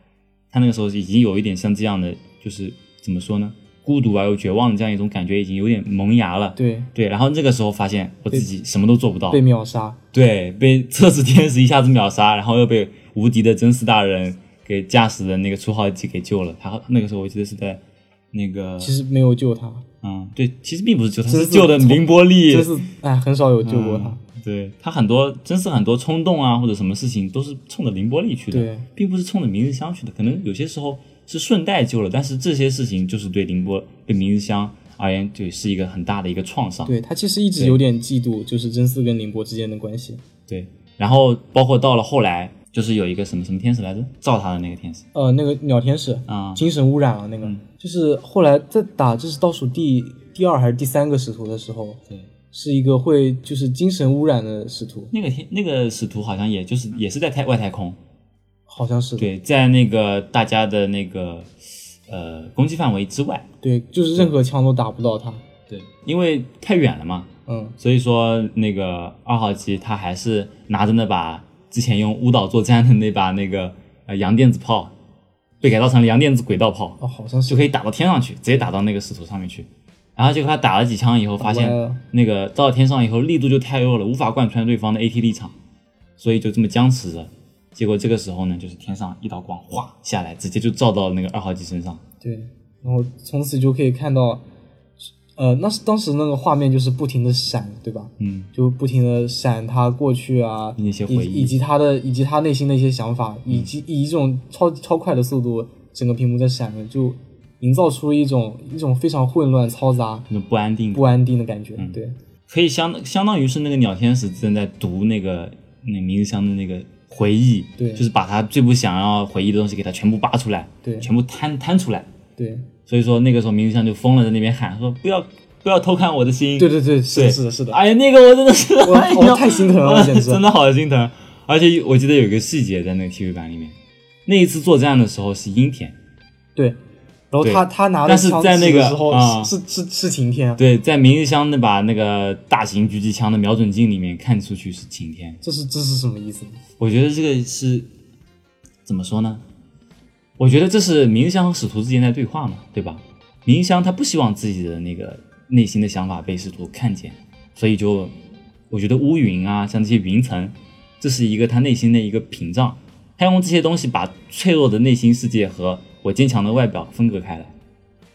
他那个时候已经有一点像这样的，就是怎么说呢，孤独而又绝望的这样一种感觉，已经有点萌芽了。
对，
对，然后这个时候发现我自己什么都做不到
被，秒杀。
对，被测试天使一下子秒杀，然后又被无敌的真嗣大人给驾驶的那个初号机给救了。他那个时候我记得是在那个，
其实没有救她，
嗯，对，其实并不是救，他
真
是
嗣
救的
从
凌波丽，
真是哎，很少有救过她。
嗯对他很多，真是很多冲动啊，或者什么事情都是冲着凌波丽去的
对，
并不是冲着明日香去的。可能有些时候是顺带救了，但是这些事情就是对凌波、对明日香而言，就是一个很大的一个创伤。
对她其实一直有点嫉妒，就是真嗣跟凌波之间的关系。
对然后包括到了后来，就是有一个什么什么天使来着，造他的那个天使
呃，那个鸟天使，
啊，嗯
精神污染了那个，就是后来在打这是倒数第第二还是第三个使徒的时候，
对，
是一个会就是精神污染的使徒，
那个天那个使徒好像也就是也是在太外太空，
好像是的
对，在那个大家的那个呃攻击范围之外，
对，就是任何枪都打不到他。
对，因为太远了嘛，
嗯，
所以说那个二号机他还是拿着那把之前用乌岛作战的那把那个呃洋电子炮，被改造成了洋电子轨道炮，
哦，好像是
就可以打到天上去，直接打到那个使徒上面去。然后结果他打了几枪以后，发
打歪了
现那个到了天上以后力度就太弱了，无法贯穿对方的 AT 立场，所以就这么僵持着。结果这个时候呢，就是天上一道光哗下来，直接就照到了那个二号机身上。
对，然后从此就可以看到呃，那是当时那个画面就是不停的闪，对吧？
嗯，
就不停的闪他过去啊，
那些
以
回忆嗯
以及他的以及他内心的一些想法，以及以一种超超快的速度，整个屏幕在闪着，就营造出一种一种非常混乱、嘈杂、
那种不安定感
不安定的感觉。
嗯
对，
可以相相当于是那个鸟天使正在读那个那明日香的那个回忆，
对
就是把他最不想要回忆的东西给他全部扒出来，
对
全部摊摊出来。
对，
所以说那个时候明日香就疯了，在那边喊说不要不要偷看我的心，
对对对，是的，
对
是的，是的，
哎呀，那个我真的是，
我
哎呦
我太心疼了我简 直
真的好心疼。而且我记得有一个细节在那个 TV 版里面，那一次作战的时候是阴天，
对。然后
对
他他拿着
但是
枪
在
指
那
的
个
时候
啊
是是是是晴天，
对，在明日香那把那个大型狙击枪的瞄准镜里面看出去是晴天，
这是这是什么意思？
我觉得这个是怎么说呢？我觉得这是明香和使徒之间在对话嘛，对吧？明香他不希望自己的那个内心的想法被使徒看见，所以就我觉得乌云啊，像这些云层，这是一个他内心的一个屏障，他用这些东西把脆弱的内心世界和我坚强的外表分隔开来。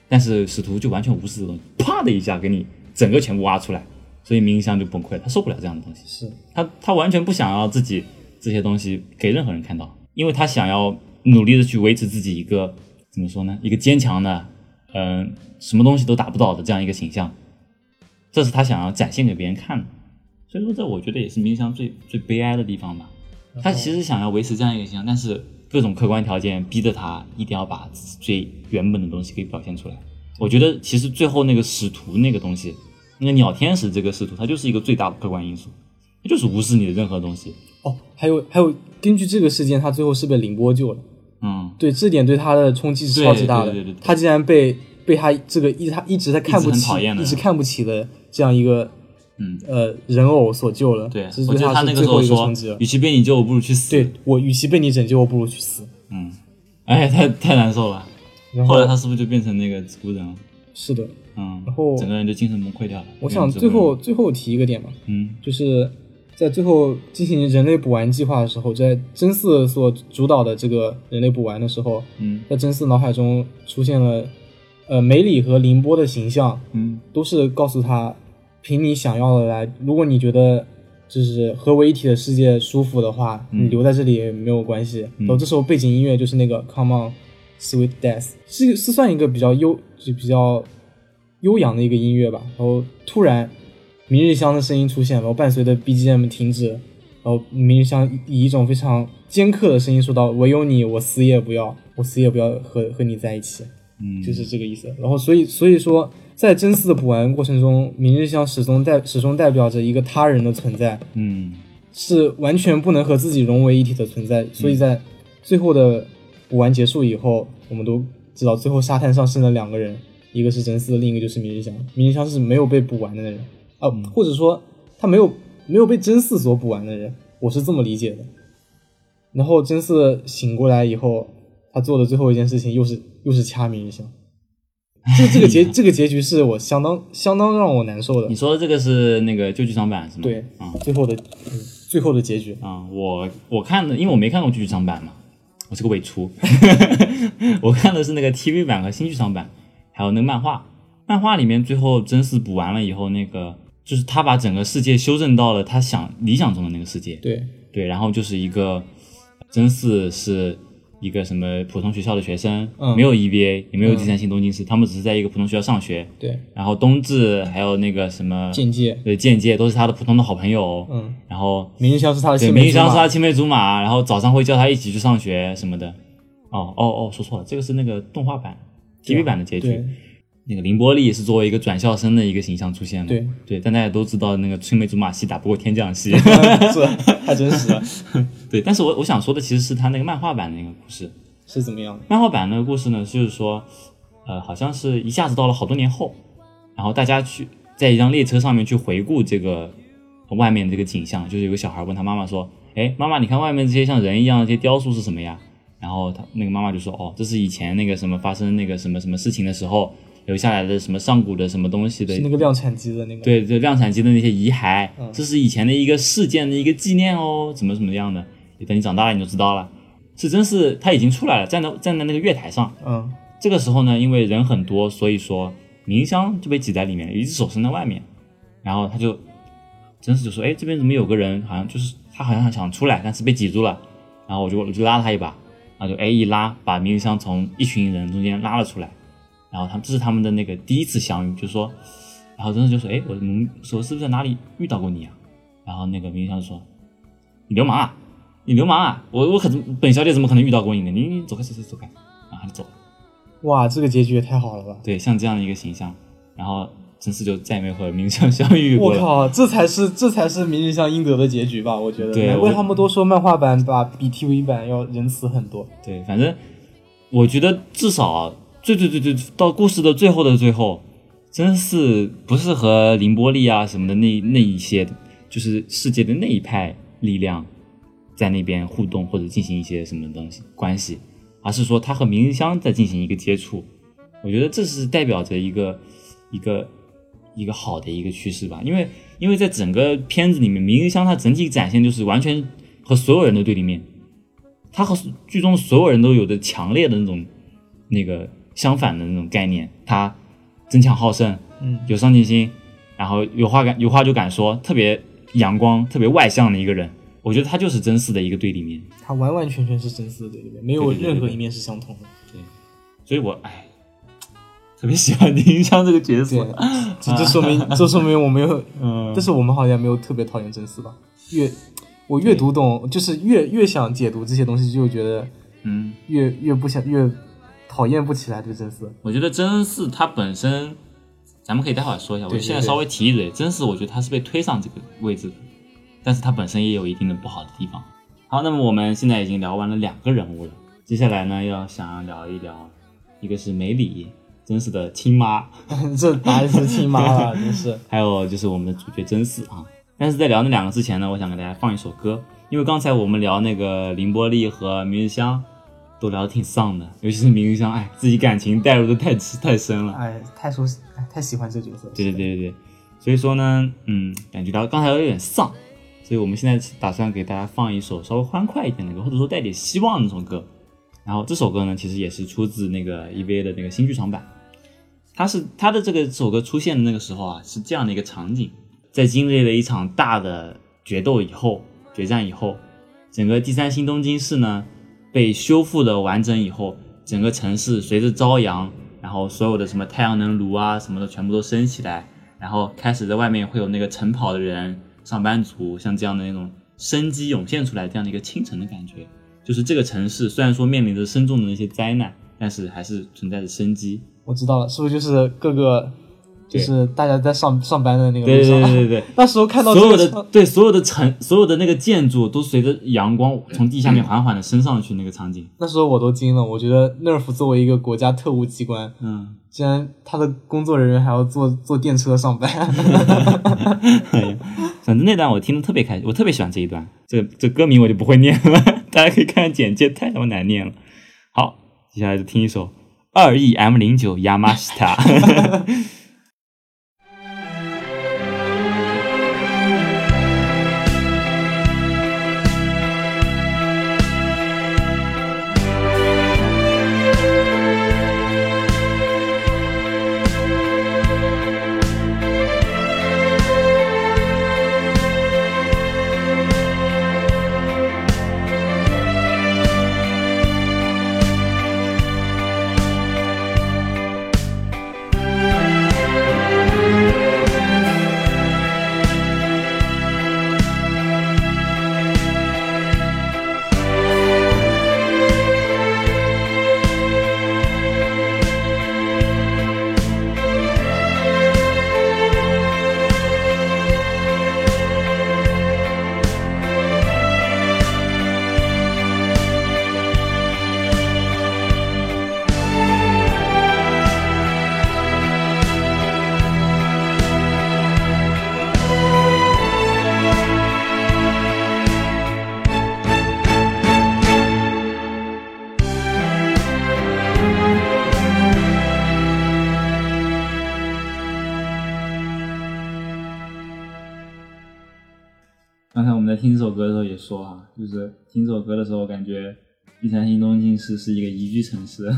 但是使徒就完全无视这种，啪的一下给你整个全部挖出来，所以明香就崩溃了，他受不了这样的东西。
是
他他完全不想要自己这些东西给任何人看到，因为他想要努力的去维持自己一个怎么说呢，一个坚强的，嗯、什么东西都打不倒的这样一个形象，这是他想要展现给别人看的。所以说，这我觉得也是冥想最最悲哀的地方吧。他其实想要维持这样一个形象，但是各种客观条件逼着他一定要把自己最原本的东西给表现出来。我觉得其实最后那个使徒那个东西，那个鸟天使这个使徒，它就是一个最大的客观因素。他就是无视你的任何东西。
哦，还有还有，根据这个事件，他最后是被凌波救了。
嗯，
对，这点对他的冲击是超级大的。
对对对对对
他竟然被被他这个一他一直在看不
一直
起
很讨厌的
一
人
直看不起的这样一个
嗯
呃人偶所救了。
对，
这
我
对
记得他
是
那
最
时
后
候
一个
说
冲击了，。
与其被你救，我不如去死。
对，我，与其被你拯救，我不如去死。
嗯，哎，太太难受了。
然
后
后
来他是不是就变成那个植物人了？
是的，
嗯，
然后
整个人就精神崩溃掉了。
我
变成
想
植物
最后
人，
最后提一个点吧，
嗯
就是在最后进行人类补完计划的时候，在真嗣所主导的这个人类补完的时候，
嗯
在真嗣脑海中出现了呃梅里和凌波的形象，
嗯
都是告诉他，凭你想要的来。如果你觉得就是合为一体的世界舒服的话，
嗯
你留在这里也没有关系。
嗯
然后这时候背景音乐就是那个 Come on Sweet Death，是是算一个比较悠就比较悠扬的一个音乐吧。然后突然明日香的声音出现，然后伴随着 BGM 停止，然后明日香以一种非常尖刻的声音说道：“唯有你，我死也不要，我死也不要和和你在一起。”
嗯，
就是这个意思。然后所以所以说，在真嗣的补完过程中，明日香始终代始终代表着一个他人的存在，
嗯
是完全不能和自己融为一体的存在。所以在最后的补完结束以后，我们都知道最后沙滩上剩了两个人，一个是真嗣，另一个就是明日香。明日香是没有被补完的人，啊，或者说他没有没有被真嗣所补完的人，我是这么理解的。然后真嗣醒过来以后，他做的最后一件事情又是又是掐明日香。这这个结这个结局是我相当相当让我难受的
你，说的这个是那个旧剧场版是吗？
对
啊，
最后的、嗯、最后的结局。
啊、我我看的，因为我没看过剧场版嘛，我是个伪厨， 我看的是那个 TV 版和新剧场版，还有那个漫画。漫画里面最后真嗣补完了以后，那个就是他把整个世界修正到了他想理想中的那个世界，
对，
对，然后就是一个真嗣是一个什么普通学校的学生，
嗯
没有 EVA，也没有第三性东京市，他们只是在一个普通学校上学。
对，
然后冬至还有那个什么
境界，
对剑界都是他的普通的好朋友，
嗯，
然后
明日香是他的
对，
青
明
梅
日
竹
香是他
马，
青梅竹马，然后早上会叫他一起去上学什么的。哦哦哦，说错了，这个是那个动画版、TV 版的结局
对。
那个凌波丽是作为一个转校生的一个形象出现的。
对
对，但大家都知道那个青梅竹马戏打不过天降戏。
是 啊太真实了，
对，但是我我想说的其实是他那个漫画版的那个故事。
是怎么样的？
漫画版那个故事呢，就是说，呃，好像是一下子到了好多年后，然后大家去在一辆列车上面去回顾这个外面这个景象，就是有个小孩问他妈妈说：“哎，妈妈，你看外面这些像人一样的这些雕塑是什么呀？”然后他那个妈妈就说：“哦，这是以前那个什么发生那个什么什么事情的时候留下来的什么上古的什么东西的
是那个量产机的那个，，嗯
对，就量产机的那些遗骸，这是以前的一个事件的一个纪念哦，怎么怎么样的，等你长大了你就知道了。是真是他已经出来了，站在站在那个月台上。
嗯，
这个时候呢，因为人很多，所以说迷香就被挤在里面，有一只手伸在外面，然后他就真是就说，哎，这边怎么有个人？好像就是他好像想出来，但是被挤住了，然后我就我就拉了他一把，然后就哎一拉，把迷香从一群人中间拉了出来，然后他们这是他们的那个第一次相遇，就说，然后真的就说，哎，我们说是不是在哪里遇到过你啊？然后那个迷香就说，你流氓啊！你流氓啊！我我可怎本小姐怎么可能遇到过你呢？你你走开走开走开！然后他就走了。
哇，这个结局也太好了吧！
对，像这样的一个形象，然后真是就再也没有和明香相遇过
我
了。
靠，这才是这才是《明日香》应得的结局吧？我觉得，
对
难怪
我
他们都说漫画版把比 TV 版要仁慈很多。
对，反正我觉得至少啊，最最最最到故事的最后的最后，真是不是和凌波丽啊什么的那那一些，就是世界的那一派力量在那边互动或者进行一些什么东西关系，而是说他和明日香在进行一个接触。我觉得这是代表着一个一个一个好的一个趋势吧，因为因为在整个片子里面，明日香它整体展现就是完全和所有人都对立面，他和剧中所有人都有着强烈的那种那个相反的那种概念，他争强好胜，
嗯，
有上进心，然后有话敢有话就敢说，特别阳光、特别外向的一个人。我觉得他就是真四的一个对立面，
它完完全全是真丝的，对不对？没有
对对对对
任何一面是相同的。
所以我哎，特别喜欢丁香这个角色。
这这说明 这说明我没有，
嗯
但是我们好像没有特别讨厌真丝吧？越我越读懂，就是越越想解读这些东西，就觉得
嗯，
越越不想越讨厌不起来对真丝。
我觉得真四他本身，咱们可以待会儿说一下。
对
我
对
现在
对
稍微提一嘴，真四我觉得他是被推上这个位置的，但是他本身也有一定的不好的地方。好，那么我们现在已经聊完了两个人物了，接下来呢要想要聊一聊，一个是梅里，真是的亲妈，
这打死亲妈了，真是。
还有就是我们的主角真嗣啊。但是在聊那两个之前呢，我想给大家放一首歌，因为刚才我们聊那个凌波丽和明日香，都聊得挺丧的，尤其是明日香，哎，自己感情带入的太太深了。
哎，太熟悉，哎，太喜欢这角色了。
对对对对对，所以说呢，嗯，感觉到刚才有点丧，所以我们现在打算给大家放一首稍微欢快一点的歌，或者说带点希望的那种歌。然后这首歌呢，其实也是出自那个 EVA 的那个新剧场版。它是它的这个这首歌出现的那个时候啊，是这样的一个场景：在经历了一场大的决斗以后，决战以后，整个第三新东京市呢被修复的完整以后，整个城市随着朝阳，然后所有的什么太阳能炉啊什么的全部都升起来，然后开始在外面会有那个晨跑的人、上班族，像这样的那种生机涌现出来，这样的一个清晨的感觉，就是这个城市虽然说面临着深重的那些灾难，但是还是存在着生机。
我知道了，是不是就是各个，就
对
是大家在上上班的那个
对
路
对
上，
对对对。
那时候看到
所有
这个
的
场
对所有的城所有的那个建筑都随着阳光从地下面缓缓的升上去，那个场景，
那时候我都惊了，我觉得 NERF 作为一个国家特务机关，
嗯，
竟然他的工作人员还要坐坐电车上班，
反正那段我听的特别开心，我特别喜欢这一段。这这歌名我就不会念了， 大家可以看简介，太他妈难念了。好，接下来就听一首二 E M 零九 Yamashita。刚才我们在听这首歌的时候也说哈、就是听这首歌的时候，感觉第三性东京市是一个宜居城 市，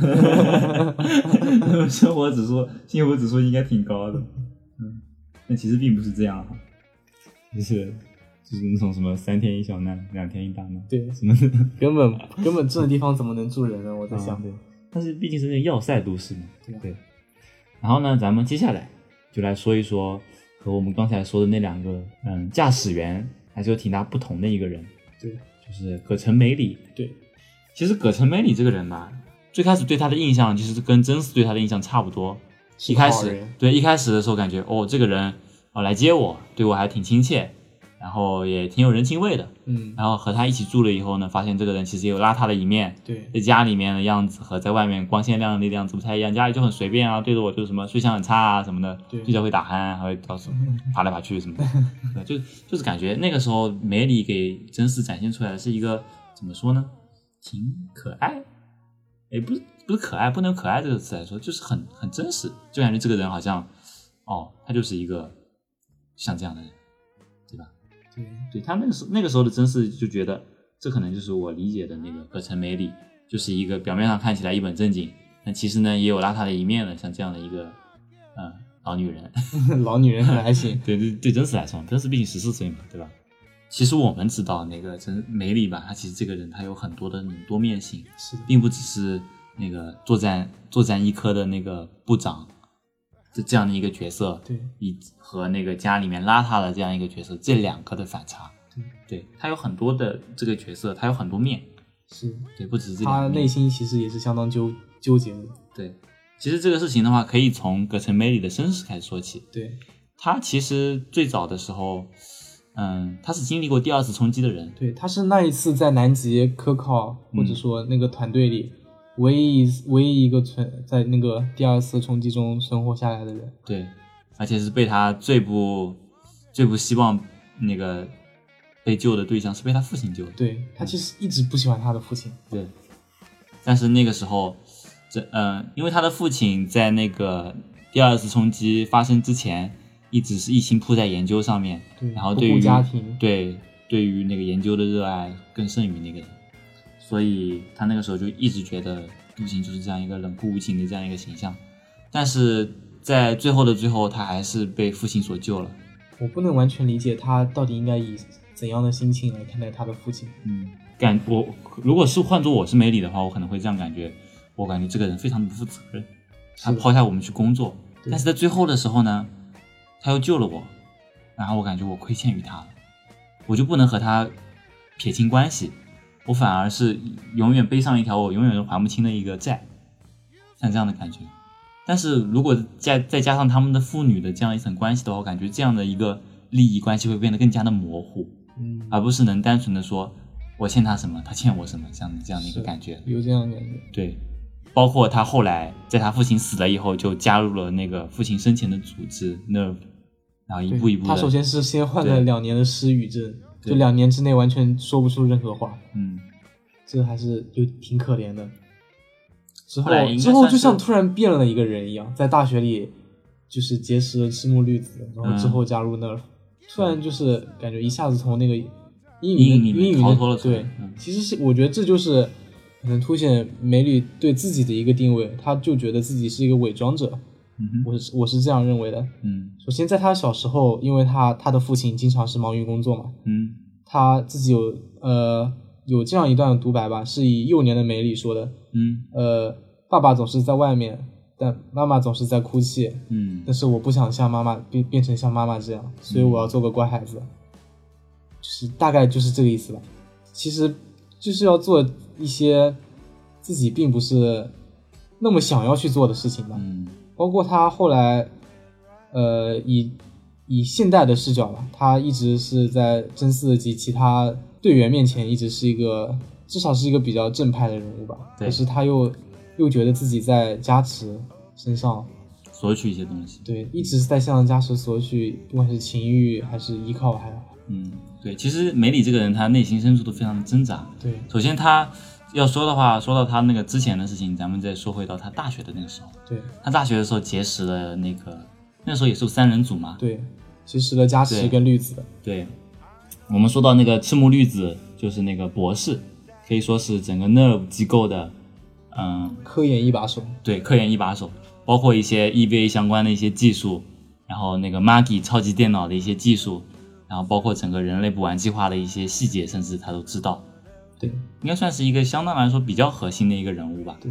生活指数、幸福指数应该挺高的。嗯，但其实并不是这样哈，就是就是那种什么三天一小难，两天一大难，
对
什么的。
根本根本这种地方怎么能住人呢？我在想，
啊但是毕竟是那要塞都市嘛，
对啊
对。然后呢，咱们接下来就来说一说和我们刚才说的那两个，嗯，驾驶员还是有挺大不同的一个人，
对
就是葛城美里。
对，
其实葛城美里这个人吧，最开始对他的印象就是跟真嗣对他的印象差不多。
是
一
个
开
好
始
人
对一开始的时候感觉哦，这个人啊、哦来接我，对我还挺亲切，然后也挺有人情味的。
嗯，
然后和他一起住了以后呢，发现这个人其实也有邋遢的一面，
对
在家里面的样子和在外面光鲜亮丽的样子不太一样，家里就很随便啊，对着我就是什么睡相很差啊什么的，
对
睡觉会打鼾啊，还会到处爬来爬去什么的，对就就是感觉那个时候梅里给真嗣展现出来的是一个怎么说呢，挺可爱，也不是不是可爱，不能用可爱这个词来说，就是很很真实，就感觉这个人好像，哦，他就是一个像这样的人，对吧？
对
对他那个时候那个时候的真嗣就觉得，这可能就是我理解的那个葛城美里，就是一个表面上看起来一本正经，但其实呢也有邋遢的一面的，像这样的一个，嗯，老女人。
老女人还行，
对对对，真嗣来说，真嗣毕竟十四岁嘛，对吧？其实我们知道那个真美里吧，她其实这个人她有很多的那种多面性，
是的，
并不只是那个作战作战一科的那个部长，这这样的一个角色，
对
以和那个家里面邋遢的这样一个角色，这两个的反差，
对
对他有很多的这个角色，他有很多面，
是，
对，不只是这两
她
个面
内心其实也是相当纠纠结的，
对。其实这个事情的话，可以从葛城美里的身世开始说起。
对
他其实最早的时候，嗯，他是经历过第二次冲击的人，
对，她是那一次在南极科考或者说那个团队里。
嗯
唯一一唯一一个存在那个第二次冲击中存活下来的人，
对，而且是被他最不最不希望那个被救的对象是被他父亲救的。
对他其实一直不喜欢他的父亲，
对，但是那个时候，这嗯、呃，因为他的父亲在那个第二次冲击发生之前，一直是一心扑在研究上面，
对，
然后
不
对
顾
于
家庭，
对对于那个研究的热爱更胜于那个人，所以他那个时候就一直觉得父亲就是这样一个冷酷无情的这样一个形象，但是在最后的最后，他还是被父亲所救了。
我不能完全理解他到底应该以怎样的心情来看待他的父亲。
嗯，感我如果是换做我是梅里的话，我可能会这样感觉，我感觉这个人非常不负责任，他
是的
抛下我们去工作，
对
但是在最后的时候呢，他又救了我，然后我感觉我亏欠于他了，我就不能和他撇清关系，我反而是永远背上一条我永远都还不清的一个债，像这样的感觉。但是如果再再加上他们的父女的这样一层关系的话，我感觉这样的一个利益关系会变得更加的模糊。
嗯，
而不是能单纯的说我欠他什么，他欠我什么，像这样的一个
是
感觉。
有这样的感觉。
对，包括他后来在他父亲死了以后，就加入了那个父亲生前的组织 Nerve，然后一
对
步一步的，
他首先是先患了
对
两年的失语症，
对
就两年之内完全说不出任何话，
嗯，
这还是有挺可怜的。之后
后来应该
之后
算
就是像突然变了一个人一样，在大学里就是结识了赤木绿子，然
嗯
后之后加入那儿，突然就是感觉一下子从那个阴
阴
影
影里
的阴
面
影
逃
的
脱了出来
对，
嗯
其实是我觉得这就是可能凸显美女对自己的一个定位，她就觉得自己是一个伪装者，
嗯哼
我是我是这样认为的。
嗯
首先，在他小时候，因为他他的父亲经常是忙于工作嘛，
嗯
他自己有呃有这样一段独白吧，是以幼年的美里说的，
嗯
呃，爸爸总是在外面，但妈妈总是在哭泣，
嗯
但是我不想像妈妈变变成像妈妈这样，所以我要做个乖孩子，就是大概就是这个意思吧。其实就是要做一些自己并不是那么想要去做的事情吧。
嗯
包括他后来，呃，以以现代的视角吧，他一直是在真嗣及其他队员面前，一直是一个至少是一个比较正派的人物吧。
对
可是他又又觉得自己在加持身上，
索取一些东西，
对，一直是在向加持索取，不管是情欲还是依靠，还
嗯对，其实梅里这个人他内心深处都非常的挣扎，
对
首先他要说的话，说到他那个之前的事情，咱们再说回到他大学的那个时候，
对
他大学的时候结识了那个那时候也是三人组嘛，
对，其实的加持
对
跟绿子，
对，我们说到那个赤木绿子，就是那个博士，可以说是整个 Nerve 机构的，嗯，
科研一把手，
对，科研一把手，包括一些 EVA 相关的一些技术，然后那个 Magi 超级电脑的一些技术，然后包括整个人类补完计划的一些细节，甚至他都知道，
对
应该算是一个相当来说比较核心的一个人物吧。
对，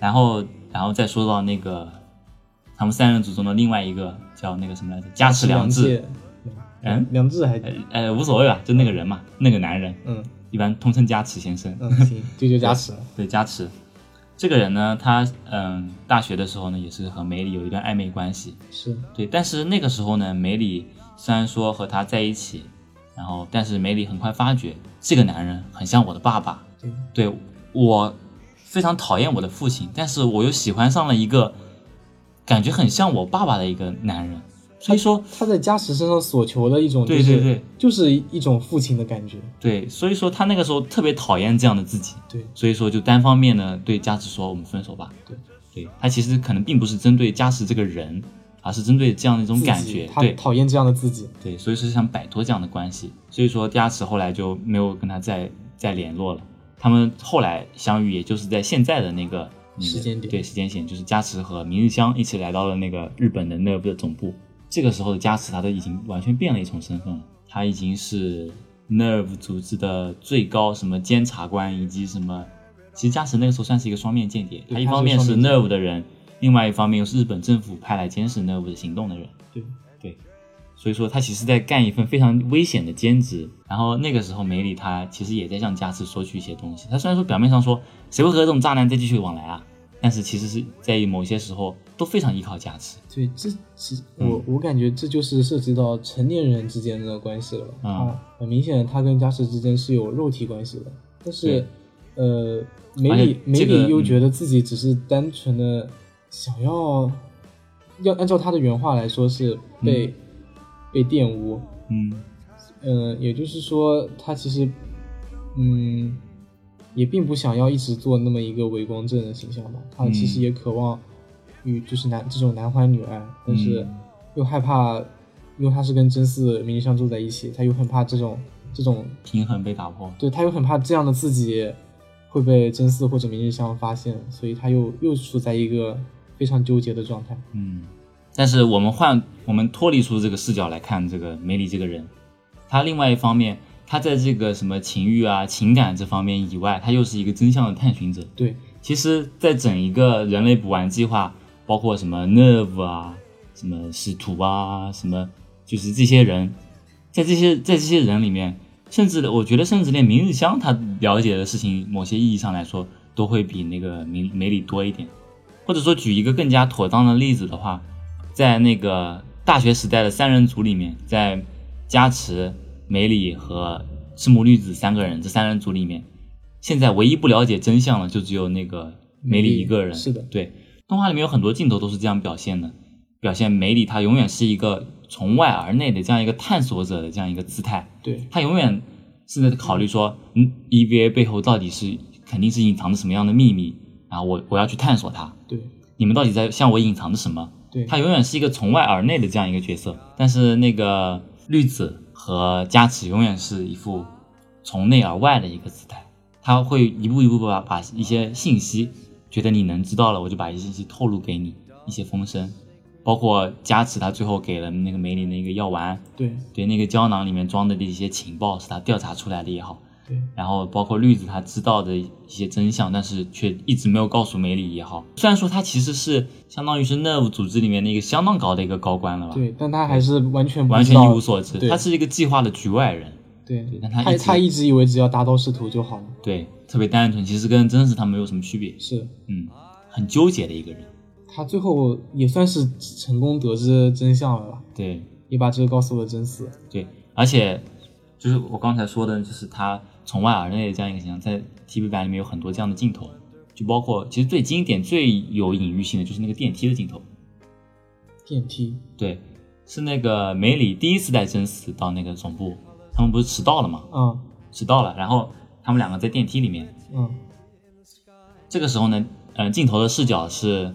然后，然后再说到那个他们三人组中的另外一个叫那个什么来着，加持良治，
介，
嗯，
良治还
呃，无所谓吧，就那个人嘛，那个男人，
嗯
一般通称加持先生。
嗯行，就就加持，
对，加持这个人呢，他嗯，大学的时候呢，也是和梅里有一段暧昧关系。
是
对，但是那个时候呢，梅里虽然说和他在一起，然后但是梅里很快发觉这个男人很像我的爸爸，
对
对我非常讨厌我的父亲，但是我又喜欢上了一个感觉很像我爸爸的一个男人，所以说
他在加持身上所求的一种，
对
就是
对对
就是一种父亲的感觉，
对，所以说他那个时候特别讨厌这样的自己，
对
所以说就单方面呢对加持说我们分手吧。
对，
对他其实可能并不是针对加持这个人，而是针对这样的一种
自己
感觉。
他
对
讨厌这样的自己，
对，所以说想摆脱这样的关系，所以说加持后来就没有跟他再再联络了。他们后来相遇，也就是在现在的那个那个
时间点
对时间线，就是加持和明日香一起来到了那个日本的 NERV 的总部。这个时候的加持，他都已经完全变了一重身份了，他已经是 NERV 组织的最高什么监察官，以及什么，其实加持那个时候算是一个双面间谍，
对
他一
他是
方面
双
是
面间谍
NERV 的人，另外一方面又是日本政府派来监视 NERV 的行动的人。
对，
所以说他其实在干一份非常危险的兼职。然后那个时候梅里他其实也在向加斯索取一些东西。他虽然说表面上说谁会和这种渣男再继续往来啊，但是其实是在某些时候都非常依靠加斯。
对，这其实
嗯
我我感觉这就是涉及到成年人之间的关系了。
嗯
啊，很明显，他跟加持之间是有肉体关系的，但是，呃，梅
而
里
且
梅
这个
里又
嗯
觉得自己只是单纯的想要，要按照他的原话来说是被、被玷污。
嗯，
嗯，也就是说，他其实，嗯，也并不想要一直做那么一个伪光正的形象吧。他其实
嗯
也渴望与就是男这种男欢女爱，但是
嗯
又害怕，因为他是跟真嗣名义上住在一起，他又很怕这种这种，
平衡被打破。
对他又很怕这样的自己会被真嗣或者名义上发现，所以他又又处在一个非常纠结的状态。
嗯，但是我们换我们脱离出这个视角来看这个梅里这个人，他另外一方面，他在这个什么情欲啊、情感这方面以外，他又是一个真相的探寻者。
对，
其实，在整一个人类补完计划，包括什么 Nerve 啊、什么使徒啊、什么，就是这些人，在这些在这些人里面，甚至我觉得，甚至连明日香他了解的事情，某些意义上来说，都会比那个梅梅里多一点。或者说，举一个更加妥当的例子的话，在那个大学时代的三人组里面，在加持、梅里和赤木绿子三个人，这三人组里面，现在唯一不了解真相的就只有那个梅里一个人。
是的
对，动画里面有很多镜头都是这样表现的，表现梅里她永远是一个从外而内的这样一个探索者的这样一个姿态，
对，
她永远是在考虑说，嗯，EVA 背后到底是肯定是隐藏着什么样的秘密，然后我我要去探索它。
对，
你们到底在向我隐藏着什么？
对，
他永远是一个从外而内的这样一个角色，但是那个绿子和加持永远是一副从内而外的一个姿态，他会一步一步把把一些信息，觉得你能知道了，我就把一些信息透露给你，一些风声，包括加持他最后给了那个梅林的一个药丸，
对，
对那个胶囊里面装的一些情报是他调查出来的也好，
对，
然后包括绿子他知道的一些真相，但是却一直没有告诉梅里也好。虽然说他其实是相当于是 NERV 组织里面的一个相当高的一个高官了吧，
对，但他还是完全不
完
知
全一
道
无所知，
对
他是一个计划的局外人，
对
对，但他
他
一直
他一直以为只要达到仕途就好了，
对，特别单纯，其实跟真实他没有什么区别，
是
嗯，很纠结的一个人，
他最后也算是成功得知真相了吧，
对
也把这个告诉了真嗣。
对，而且就是我刚才说的，就是他从外而内的这样一个形象，在 TV 版里面有很多这样的镜头，就包括其实最经典、最有隐喻性的就是那个电梯的镜头。
电梯，
对，是那个梅里第一次带真嗣到那个总部，他们不是迟到了吗？
嗯
迟到了，然后他们两个在电梯里面。
嗯，
这个时候呢，呃，镜头的视角是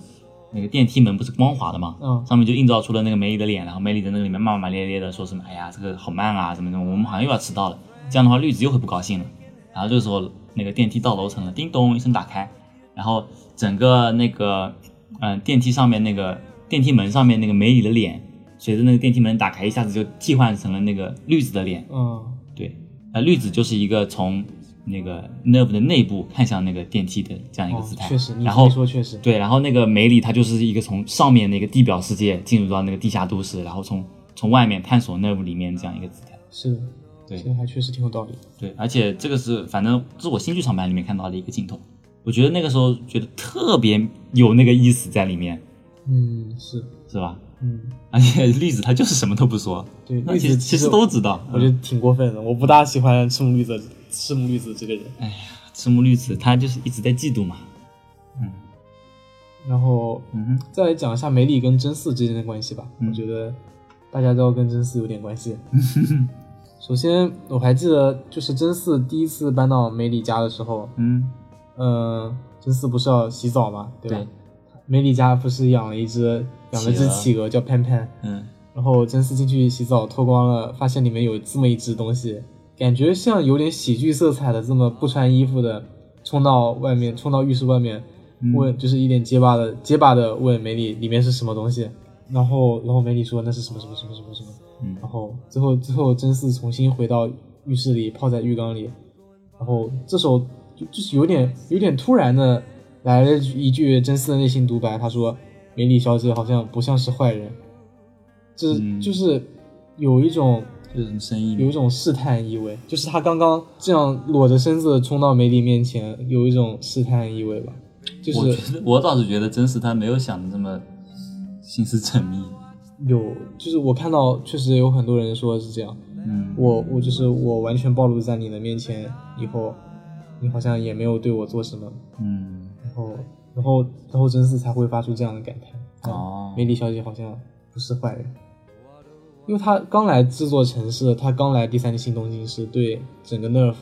那个电梯门不是光滑的吗？
嗯
上面就映照出了那个梅里的脸，然后梅里在那个里面骂骂咧咧的说什么：“哎呀，这个好慢啊，怎么怎么，我们好像又要迟到了。”这样的话，绿子又会不高兴了。然后这个时候那个电梯到楼层了，叮咚一声打开，然后整个那个嗯、呃电梯上面那个电梯门上面那个梅里的脸，随着那个电梯门打开，一下子就替换成了那个绿子的脸。
嗯
对，呃，绿子就是一个从那个 Nerve 的内部看向那个电梯的这样一个
哦
姿态，
确实，你
然
这么
后
说确实，
对，然后那个梅里他就是一个从上面那个地表世界进入到那个地下都市，然后从从外面探索 Nerve 里面这样一个姿态。
是的，
对
这个还确实挺有道理的。
对，而且这个是反正这是我新剧场版里面看到的一个镜头，我觉得那个时候觉得特别有那个意思在里面，
嗯，是，
是吧？
嗯，
而且绿子他就是什么都不说，
对，
那
绿
其
子
实其实
实
都知道。嗯
我觉得挺过分的，我不大喜欢赤木绿子，赤木绿子这个人。
赤木绿子他就是一直在嫉妒嘛。
然后
嗯哼。
再来讲一下梅里跟真嗣之间的关系吧，
嗯
我觉得大家都要跟真嗣有点 关系。首先，我还记得就是真嗣第一次搬到梅里家的时候，
嗯，
嗯，真嗣不是要洗澡嘛，对吧？
对
梅里家不是养了一只养了只
企
企鹅叫潘潘，
嗯，
然后真嗣进去洗澡脱光了，发现里面有这么一只东西，感觉像有点喜剧色彩的，这么不穿衣服的冲到外面，冲到浴室外面，
嗯
问就是一脸结巴的结巴的问梅里里面是什么东西，然后然后梅里说那是什么什么什么什么什么，
嗯
然后最后最后真嗣重新回到浴室里泡在浴缸里，然后这时候就就是有点有点突然的来了一句真嗣的内心独白，他说梅里小姐好像不像是坏人，这、
嗯
就是有一种
有什么声音？
有一种试探意味，就是他刚刚这样裸着身子冲到梅里面前，有一种试探意味吧，就
我
是
觉得我倒是觉得真实他没有想的这么心思缜密。
有就是我看到确实有很多人说是这样，
嗯，
我我就是我完全暴露在你的面前以后，你好像也没有对我做什么，
嗯，
然后然后然后真嗣才会发出这样的感叹。
哦
梅里小姐好像不是坏人，因为她刚来这座城市，她刚来第三新东京市，对整个 Nerf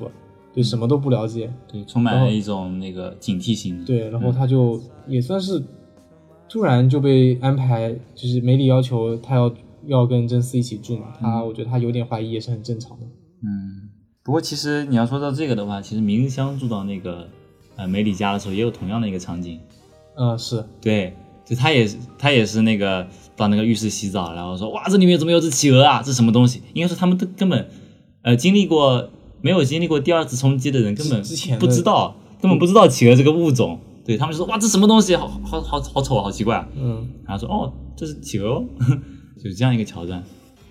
对什么都不了解，
对，充满了一种那个警惕性。，
对，然后她就也算是突然就被安排，就是梅里要求她要要跟真嗣一起住嘛，她我觉得她有点怀疑也是很正常的。
嗯。不过其实你要说到这个的话，其实明日香住到那个呃梅里家的时候，也有同样的一个场景。
嗯，是，
对，就他也是他也是那个到那个浴室洗澡，然后说哇，这里面怎么有只企鹅啊？这什么东西？应该说他们都根本呃经历过没有经历过第二次冲击的人根本
之前的
不知道，根本不知道企鹅这个物种。对他们就说哇，这什么东西？好好好好丑，好奇怪、啊。
嗯，
然后说哦，这是企鹅哦， 就这样一个桥段。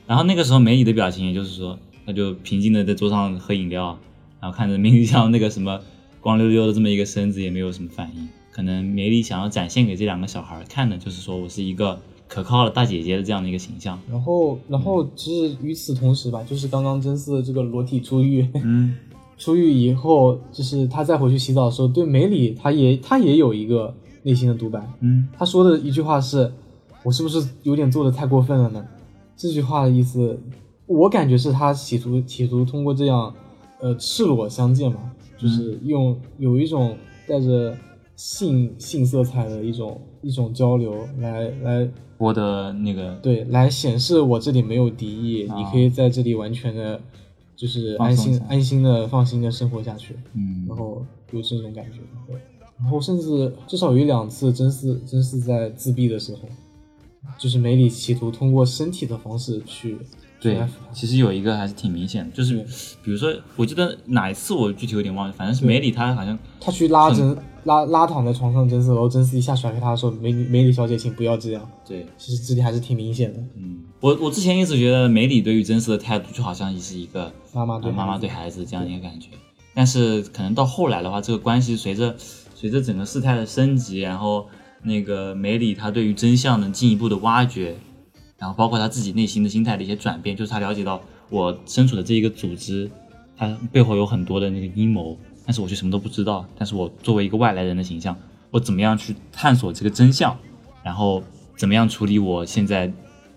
然后那个时候梅姨的表情，也就是说，她就平静的在桌上喝饮料，啊然后看着明里像那个什么光溜溜的这么一个身子，也没有什么反应。可能梅里想要展现给这两个小孩看的，就是说我是一个可靠的大姐姐的这样的一个形象。
然后然后其实与此同时吧，就是刚刚真嗣这个裸体出狱。
嗯
出狱以后，就是他再回去洗澡的时候，对梅里他也他也有一个内心的独白。
嗯
他说的一句话是：“我是不是有点做的太过分了呢？”这句话的意思，我感觉是他企图企图通过这样，呃，赤裸相见嘛，就是用有一种带着性性色彩的一种一种交流来来
我的那个
对，来显示我这里没有敌意，
啊
你可以在这里完全的，就是
放
安
松一
心
下
安心的、放心的生活下去，
嗯
然后有这种感觉。对，然后甚至至少有一两次，真是真是在自闭的时候，就是梅里企图通过身体的方式去去
对
安抚，他
其实有一个还是挺明显的，就是比如说，我记得哪一次我具体有点忘记，反正是梅里她好像
他去拉真拉拉躺在床上真嗣，然后真嗣一下甩开他的时候，梅里梅里小姐，请不要这样。
对
其实这里还是挺明显的，
嗯，我我之前一直觉得梅里对于真嗣的态度就好像是一个
妈妈对
啊妈妈对
孩子
孩子这样一个感觉，但是可能到后来的话，这个关系随着随着整个事态的升级，然后那个梅里她对于真相的进一步的挖掘，然后包括她自己内心的心态的一些转变，就是她了解到我身处的这一个组织，它背后有很多的那个阴谋，但是我却什么都不知道，但是我作为一个外来人的形象，我怎么样去探索这个真相，然后怎么样处理我现在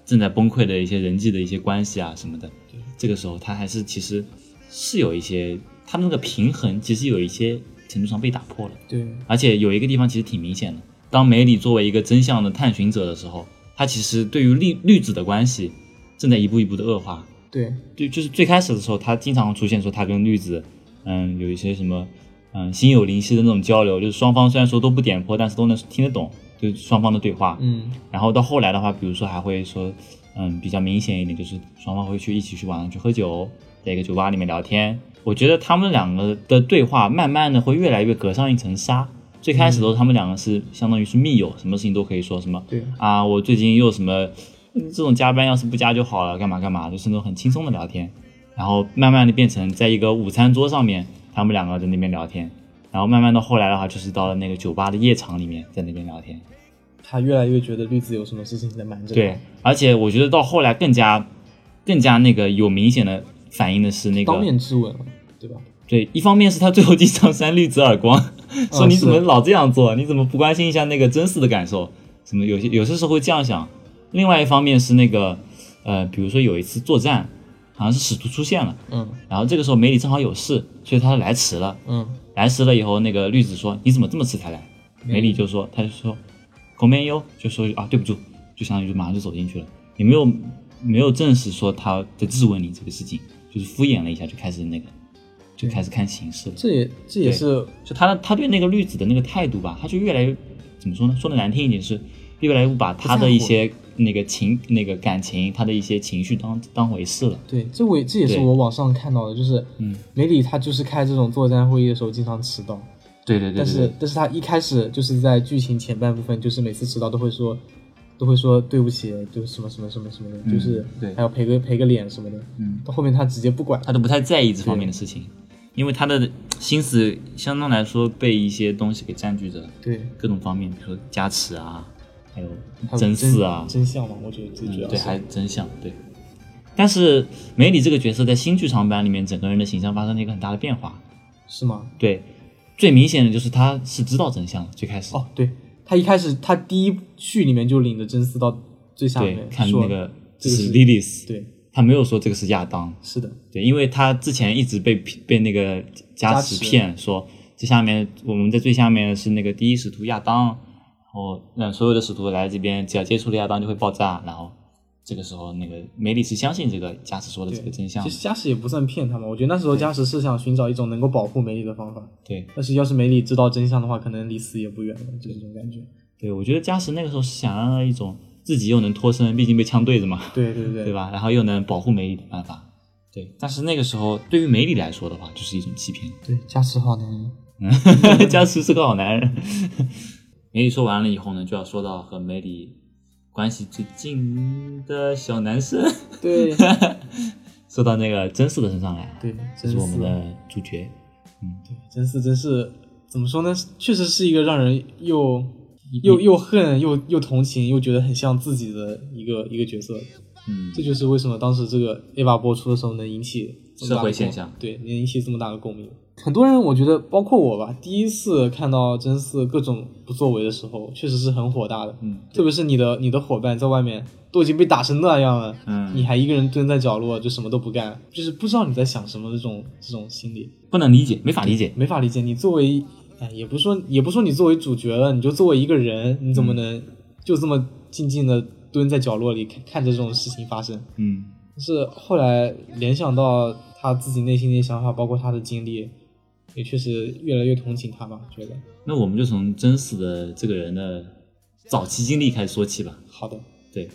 正在崩溃的一些人际的一些关系啊什么的。这个时候，他还是其实是有一些他们那个平衡，其实有一些程度上被打破了。
对
而且有一个地方其实挺明显的，当梅里作为一个真相的探寻者的时候，他其实对于绿绿子的关系正在一步一步的恶化。
对
对，就是最开始的时候，他经常出现说他跟绿子，嗯，有一些什么嗯心有灵犀的那种交流，就是双方虽然说都不点破，但是都能听得懂，就是双方的对话。
嗯
然后到后来的话，比如说还会说，嗯，比较明显一点，就是双方会去一起去晚上去喝酒，在一个酒吧里面聊天。我觉得他们两个的对话，慢慢的会越来越隔上一层纱。最开始的时候，他们两个是相当于是密友，什么事情都可以说，什么
对
啊，我最近又什么，嗯这种加班要是不加就好了，干嘛干嘛，就是那种很轻松的聊天。然后慢慢的变成在一个午餐桌上面，他们两个在那边聊天。然后慢慢到后来的话，就是到了那个酒吧的夜场里面，在那边聊天。
他越来越觉得绿子有什么事情在瞒着他。
对，而且我觉得到后来更加更加那个有明显的反应的是那
当
个，
面质问了，对吧？
对，一方面是他最后经常扇绿子耳光，说你怎么
哦是
老这样做，你怎么不关心一下那个真嗣的感受？什么有些有些时候会这样想。另外一方面是那个，呃，比如说有一次作战，好像是使徒出现了，
嗯
然后这个时候梅里正好有事，所以他来迟了。
嗯
来迟了以后，那个绿子说：“你怎么这么迟才来？”梅里就说：“他就说，孔面优就说啊，对不住，就相当于就马上就走进去了，也没有没有正式说他在质问你这个事情，就是敷衍了一下，就开始那个就开始看形势了。
这也这也
对
是
就他他对那个绿子的那个态度吧，他就越来越怎么说呢？说的难听一点是，越来越把他
不在
的
乎
一些那个情那个感情，他的一些情绪当当回事了。
对，这我也这也是
对
我网上看到的，就是
嗯
梅里他就是开这种作战会议的时候经常迟到，
对对对对
但是
对，
但是他一开始就是在剧情前半部分，就是每次迟到都会说都会说对不起，就是什么什么什么什么的，就是
嗯对
还要赔个赔个脸什么的。
嗯。啊
到后面他直接不管，
他都不太在意这方面的事情，因为他的心思相当来说被一些东西给占据着，
对，
各种方面，比如说加持啊，还有
还有
真嗣啊，
真相嘛，我觉得最主
嗯
要
对，
是、
还有真相对。但是梅里这个角色在新剧场版里面，整个人的形象发生了一个很大的变化。
是吗？
对，最明显的就是他是知道真相的，最开始，
哦，对，他一开始他第一序里面就领着真丝到最下
对，
面
看
说
那个这
这个
是
是
Lilith，
对，
他没有说这个是亚当，
是的，
对，因为他之前一直被被那个加持骗，说这下面我们在最下面是那个第一使徒亚当，然后让所有的使徒来这边，只要接触了亚当就会爆炸，然后这个时候那个梅里是相信这个加持说的
对
这个真相
其，实加时也不算骗他们，我觉得那时候加时是想寻找一种能够保护梅里的方法，
对
但是要是梅里知道真相的话，可能离死也不远了，就是这种感觉。
对，我觉得加持那个时候是想要一种自己又能脱身，毕竟被枪对着嘛，
对对对，
对？吧？然后又能保护梅里的办法，对。但是那个时候对于梅里来说的话，就是一种欺骗。
对，加时好男人。
嗯， 加斯是个好男人。 梅里说完了以后呢，就要说到和梅里关系最近的小男生，
对
说到那个真嗣的身上来了。
对，
这
真
是我们
是
的主角。
对真是真是怎么说呢？确实是一个让人又又又恨又又同情又觉得很像自己的一个一个角色。
嗯，
这就是为什么当时这个 AVA 播出的时候能引起这
社
么大的
会
共
现象，
对，能引起这么大的共鸣。很多人，我觉得包括我吧，第一次看到真嗣各种不作为的时候，确实是很火大的。
嗯
特别是你的你的伙伴在外面都已经被打成那样了，
嗯
你还一个人蹲在角落就什么都不干，就是不知道你在想什么这种这种心理，
不能理解，没法理解。
没法理解。你作为，哎，也不是说也不是说你作为主角了，你就作为一个人，你怎
嗯
么能就这么静静的蹲在角落里看看着这种事情发生？
嗯，
就是后来联想到他自己内心的一些想法，包括他的经历，也确实越来越同情他吧。觉得
那我们就从真嗣的这个人的早期经历开始说起吧。
好的，
对，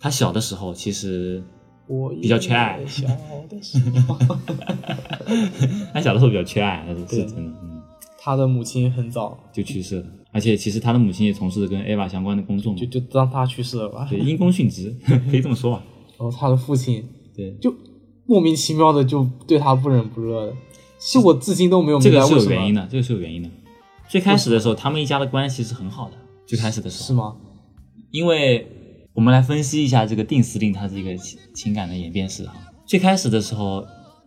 他小的时候其实
我
比较缺爱
小 的时候，
他小的时候比较缺爱，是
对
真的。嗯，
他的母亲很早
就去世了，而且其实他的母亲也从事着跟 Ava 相关的工作嘛
就，就当他去世了吧，
对，因公殉职， 可以这么说吧。
然后他的父亲
对，
就莫名其妙的就对他不冷不热的，是我至今都没有
这
明白
个
为
是
什么。啊
有原因的，这个是有原因的。最开始的时候，他们一家的关系是很好的。最开始的时
是
候，
吗？
因为我们来分析一下这个定司令他这个情情感的演变史哈。最开始的时候，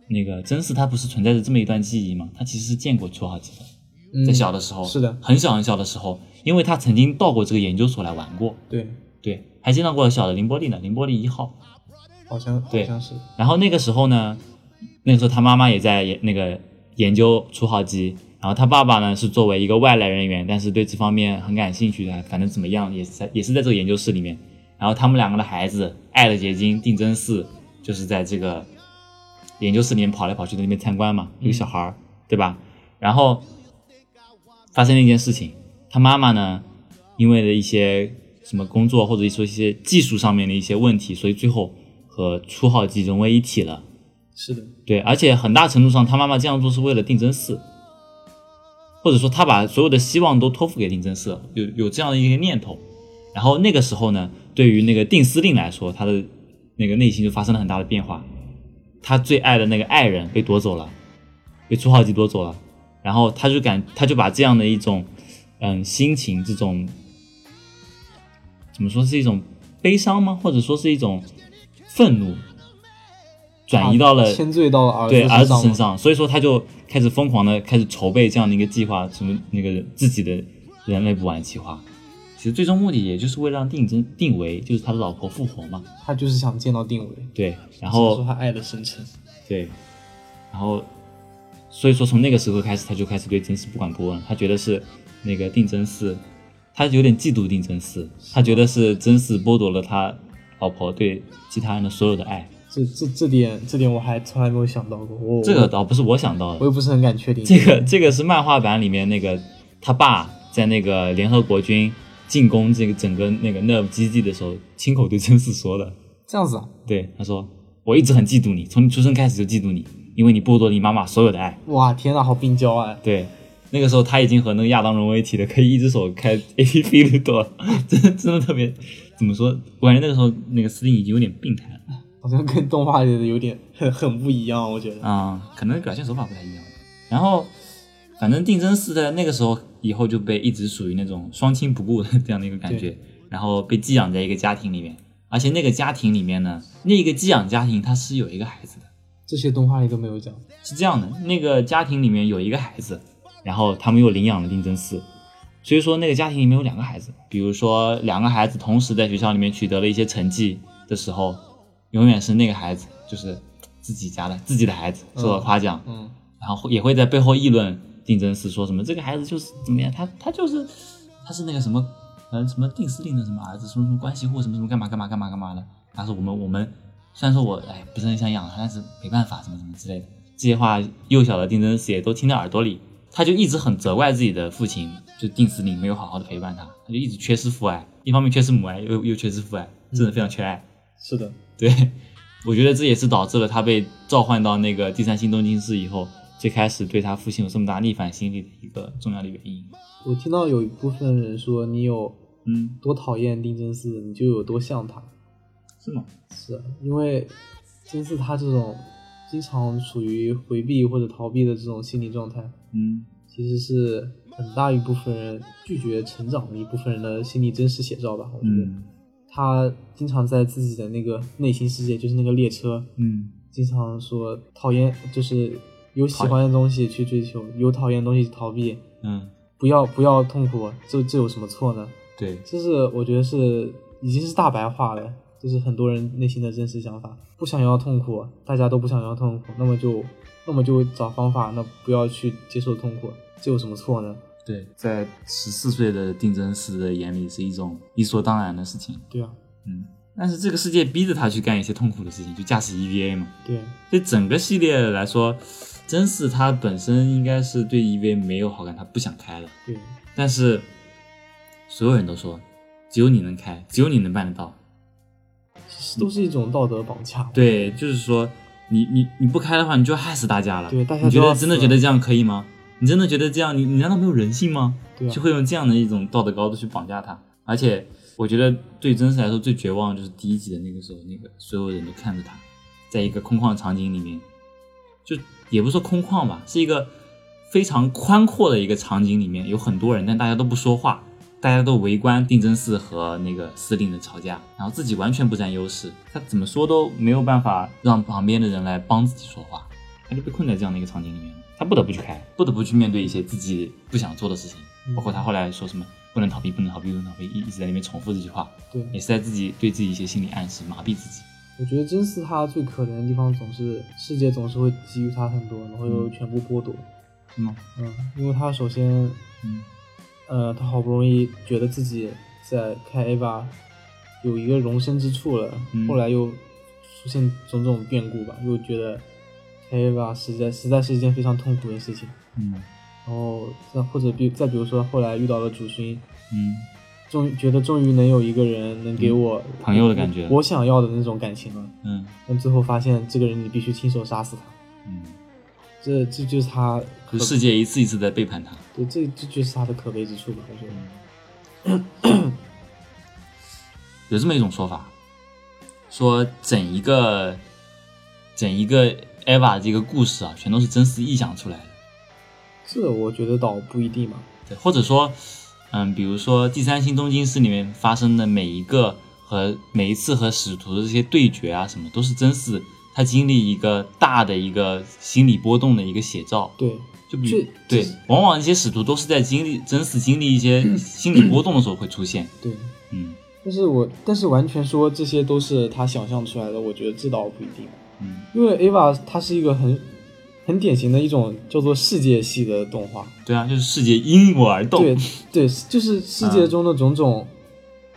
那个真嗣他不是存在着这么一段记忆吗？他其实是见过秋浩基的，
嗯，
在小的时候，
是的
很小很小的时候，因为他曾经到过这个研究所来玩过，
对，
对，还见到过小的凌波丽呢，凌波丽一号。
好像好
对
像是
然后那个时候呢，那个时候他妈妈也在研那个研究除号机，然后他爸爸呢是作为一个外来人员，但是对这方面很感兴趣的，反正怎么样也是在也是在这个研究室里面。然后他们两个的孩子爱的结晶定真寺，就是在这个研究室里面跑来跑去的那边参观嘛，有个小孩儿，对吧？然后发生了一件事情，他妈妈呢，因为了一些什么工作或者说一些技术上面的一些问题，所以最后和初号机融为一体了。
是的，
对，而且很大程度上，他妈妈这样做是为了定真寺，或者说他把所有的希望都托付给定真寺，有有这样的一个念头。然后那个时候呢，对于那个定司令来说，他的那个内心就发生了很大的变化。他最爱的那个爱人被夺走了，被初号机夺走了，然后他就感他就把这样的一种嗯心情，这种怎么说是一种悲伤吗？或者说是一种愤怒，转移到了、
啊牵罪到了儿子
对儿子身
身
上，所以说他就开始疯狂的开始筹备这样的一个计划，什么那个自己的人类补完计划。其实最终目的也就是为了让定真定为就是他的老婆复活嘛，
他就是想见到定伟，
对，然后
说他爱的深沉，
对，然后所以说从那个时候开始，他就开始对真嗣不管不问，他觉得是那个定真寺，他有点嫉妒定真寺，他觉得是真嗣剥夺了他老婆对其他人的所有的爱，
这这这点这点我还从来没有想到过，我
这个倒不是我想到的
我，也不是很敢确定。
这个这个是漫画版里面那个他爸在那个联合国军进攻这个整个那个 NERV 基地的时候，亲口对真嗣说的。
这样子啊，
对，他说：“我一直很嫉妒你，从你出生开始就嫉妒你，因为你剥夺了你妈妈所有的爱。
哇，天呐，好病娇啊”！
对，那个时候他已经和那个亚当融为一体了，可以一只手开 A P P 的door 了，真的真的特别怎么说？我感觉那个时候那个司令已经有点病态了
好像跟动画里的有点很很不一样，我觉得。
啊、可能表现手法不太一样。然后，反正定真寺在那个时候以后就被一直属于那种双亲不顾的 这样的一个感觉
对，
然后被寄养在一个家庭里面，而且那个家庭里面呢，那个寄养家庭它是有一个孩子的。
这些动画里都没有讲，
是这样的，那个家庭里面有一个孩子，然后他们又领养了定真寺，所以说那个家庭里面有两个孩子，比如说两个孩子同时在学校里面取得了一些成绩的时候，永远是那个孩子，就是自己家的自己的孩子受到夸奖，
嗯，
然后也会在背后议论定真寺说什么这个孩子就是怎么样，他他就是他是那个什么呃什么定司令的什么儿子，什么什么关系户什么什么干嘛干嘛干嘛干嘛的。他说我们我们虽然说我哎不是很想养他，但是没办法什么什么之类的。这些话幼小的定真寺也都听在耳朵里，他就一直很责怪自己的父亲，就定司令没有好好的陪伴他，他就一直缺失父爱，一方面缺失母爱，又又缺失父爱，真的非常缺爱。
是的，
对，我觉得这也是导致了他被召唤到那个第三星东京市以后，最开始对他父亲有这么大逆反心理的一个重要的原因。
我听到有一部分人说，你有
嗯，
多讨厌丁真寺，你就有多像他。
是吗？
是啊因为真嗣他这种经常处于回避或者逃避的这种心理状态，
嗯，
其实是很大一部分人拒绝成长的一部分人的心理真实写照吧。我觉得、
嗯
他经常在自己的那个内心世界，就是那个列车，
嗯，
经常说讨厌，就是有喜欢的东西去追求，有讨厌的东西去逃避，
嗯，
不要不要痛苦，这这有什么错呢？
对，
就是我觉得是已经是大白话了，就是很多人内心的真实想法，不想要痛苦，大家都不想要痛苦，那么就那么就找方法，那不要去接受痛苦，这有什么错呢？
对，在十四岁的定真寺的眼里是一种理所当然的事情。
对啊，
嗯，但是这个世界逼着他去干一些痛苦的事情，就驾驶 EVA 嘛。
对啊，
对整个系列来说，真是他本身应该是对 EVA 没有好感，他不想开了。
对，啊
但是所有人都说，只有你能开，只有你能办得到。
其实都是一种道德绑架。
对，就是说，你你你不开的话，你就害死大家了。
对大家
你觉
都
得
要死
真的觉得这样可以吗？你真的觉得这样，你你难道没有人性吗？
对啊
就，会用这样的一种道德高度去绑架他。而且我觉得对真实来说最绝望的就是第一集的那个时候，那个所有人都看着他，在一个空旷的场景里面，就也不是说空旷吧，是一个非常宽阔的一个场景里面，有很多人，但大家都不说话，大家都围观定真寺和那个司令的吵架，然后自己完全不占优势，他怎么说都没有办法让旁边的人来帮自己说话。他就被困在这样的一个场景里面了。他不得不去开，不得不去面对一些自己不想做的事情，
嗯
包括他后来说什么不能逃避，不能逃避，不能逃避，一一直在那边重复这句话，
对，啊
也是在自己对自己一些心理暗示，麻痹自己。
我觉得真是他最可怜的地方，总是世界总是会给予他很多，然后又
嗯
全部剥夺。
是吗？
嗯，因为他首先
嗯
呃，他好不容易觉得自己在开 A 吧有一个容身之处了，
嗯
后来又出现种种变故吧，又觉得开 A 吧实在实在是一件非常痛苦的事情，
嗯
然后再或者比再比如说后来遇到了主勋，
嗯，
终于觉得终于能有一个人能给我、
朋友的嗯感觉
我我想要的那种感情了。
嗯
但最后发现这个人你必须亲手杀死他，
嗯，
这这就是他
可是世界一次一次在背叛他。
对，这这就是他的可悲之处吧，我觉得。
有这么一种说法，说整一个整一个 Eva 这个故事啊，全都是真丝臆想出来的。
这我觉得倒不一定嘛。
对，或者说，嗯，比如说《第三星东京市》里面发生的每一个和每一次和使徒的这些对决啊，什么都是真嗣他经历一个大的一个心理波动的一个写照。
对，
就比
这
对
这是，
往往一些使徒都是在经历真嗣经历一些心理波动的时候会出现。
对，
嗯
但是我但是完全说这些都是他想象出来的，我觉得这倒不一定，
嗯
因为 Ava 它是一个很很典型的一种叫做世界系的动画，
对啊，就是世界因我而动。
对对，就是世界中的种种、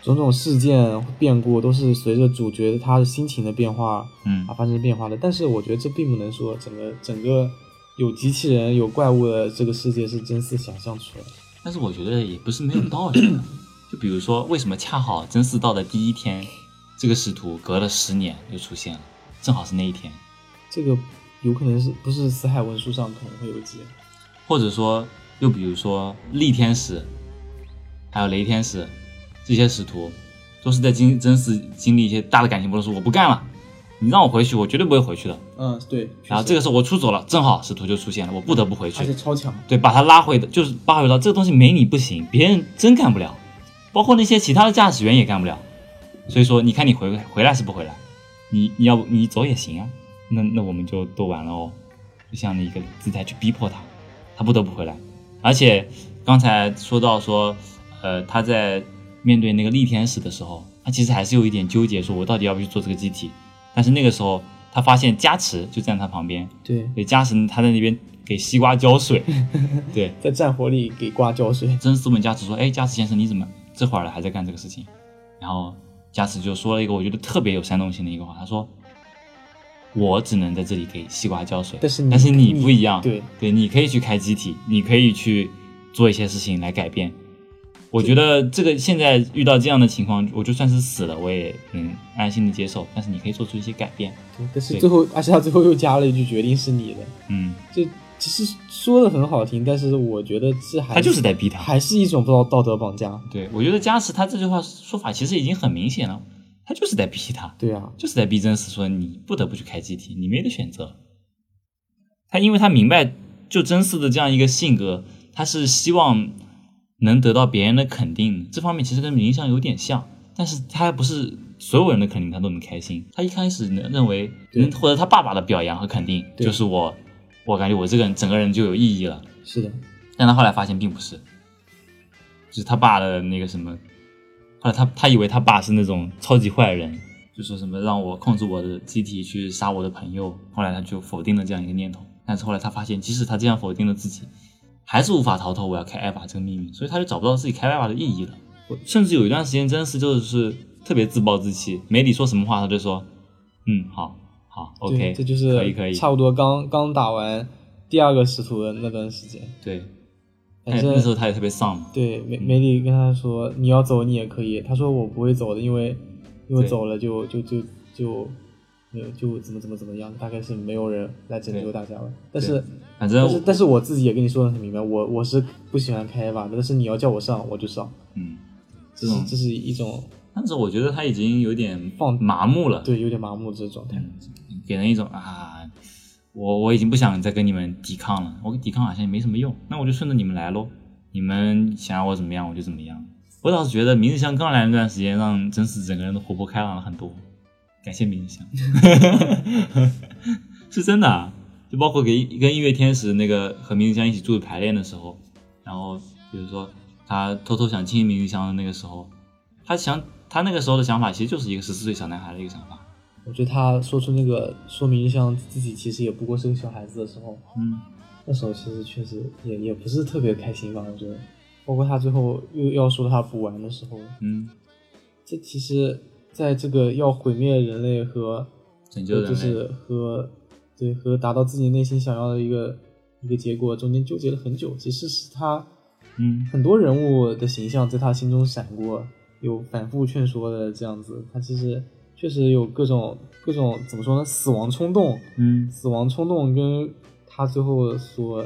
种种事件变故都是随着主角他的心情的变化
嗯
啊发生变化的，但是我觉得这并不能说整个整个。有机器人、有怪物的这个世界是真嗣想象出来的。
但是我觉得也不是没有道理的。 就比如说，为什么恰好真嗣到的第一天，这个使徒隔了十年又出现了，正好是那一天，
这个有可能是不是死海文书上可能会有解？
或者说，又比如说力天使，还有雷天使，这些使徒都是在经真嗣经历一些大的感情波动，说我不干了，你让我回去，我绝对不会回去的。
嗯，对。
然后啊这
个
个时候我出走了，正好使徒就出现了，我不得不回去。
而且超强，
对，把他拉回的，就是拉回到这个东西没你不行，别人真干不了，包括那些其他的驾驶员也干不了。所以说，你看你回回来是不回来，你你要不你走也行啊，那那我们就都完了哦，就像一个姿态去逼迫他，他不得不回来。而且刚才说到说，呃，他在面对那个力天使的时候，他其实还是有一点纠结，说我到底要不要去做这个机体。但是那个时候，他发现加持就站在他旁边，
对，
对，加持他在那边给西瓜浇水，对，
在战火里给挂胶水，
真斯问加持说：“哎，加持先生，你怎么这会儿了还在干这个事情？”然后加持就说了一个我觉得特别有煽动性的一个话，他说：“我只能在这里给西瓜浇水，
但是你
你不一样，
对
你可以去开机体，你可以去做一些事情来改变。”我觉得这个现在遇到这样的情况，我就算是死了，我也能安心的接受。但是你可以做出一些改变，
对但是
对
最后，而且他最后又加了一句“决定是你的
嗯，”，
这其实说的很好听，但是我觉得这还
他就是在逼他，
还是一种不知道道德绑架。
对我觉得加持他这句话说法其实已经很明显了，他就是在逼他，
对啊，
就是在逼真嗣说你不得不去开机体，你没得选择。他因为他明白，就真嗣的这样一个性格，他是希望能得到别人的肯定，这方面其实跟林香有点像，但是他不是所有人的肯定他都能开心。他一开始呢认为
对
能获得他爸爸的表扬和肯定，
对
就是我，我感觉我这个人整个人就有意义了。
是的，
但他后来发现并不是，就是他爸的那个什么，后来他他以为他爸是那种超级坏人，就说什么让我控制我的机体去杀我的朋友，后来他就否定了这样一个念头。但是后来他发现，即使他这样否定了自己，还是无法逃脱我要开艾娃这个命运，所以他就找不到自己开艾娃的意义了。我甚至有一段时间，真是就是特别自暴自弃，没理说什么话，他就说，嗯，好，好
对
，OK，
这就是
可以可以，
差不多刚刚打完第二个使徒的那段时间，
对。
反
但
正
那时候他也特别丧嘛，
对梅梅里跟他说：“你要走你也可以。”他说：“我不会走的，因为因为
对
走了就就就就就就怎么怎么怎么样，大概是没有人来拯救
对
大家了。
对
但是
反
但
正
是但是我自己也跟你说的很明白，我我是不喜欢开吧，但是你要叫我上我就上，
嗯，
这是
嗯
这是一种
但是我觉得他已经有点
放
麻木了，
对有点麻木这状态。
给人一种啊，我我已经不想再跟你们抵抗了，我抵抗好像也没什么用，那我就顺着你们来喽，你们想要我怎么样我就怎么样。我倒是觉得明日香刚来那段时间，让真嗣整个人都活泼开朗了很多，感谢明日香， 是真的、啊，就包括给跟音乐天使那个和明日香一起住排练的时候，然后比如说他偷偷想亲明日香的那个时候，他想他那个时候的想法其实就是一个十四岁小男孩的一个想法，
我觉得他说出那个说明像自己其实也不过是个小孩子的时候，
嗯。
那时候其实确实也也不是特别开心吧，我觉得。包括他最后又要说他补完的时候，
嗯，
这其实在这个要毁灭人类和
拯救人
就
类。
是和对和达到自己内心想要的一个一个结果，中间纠结了很久。其实是他
嗯
很多人物的形象在他心中闪过，有反复劝说的这样子。他其实确实有各种各种怎么说呢？死亡冲动，
嗯
死亡冲动跟他最后所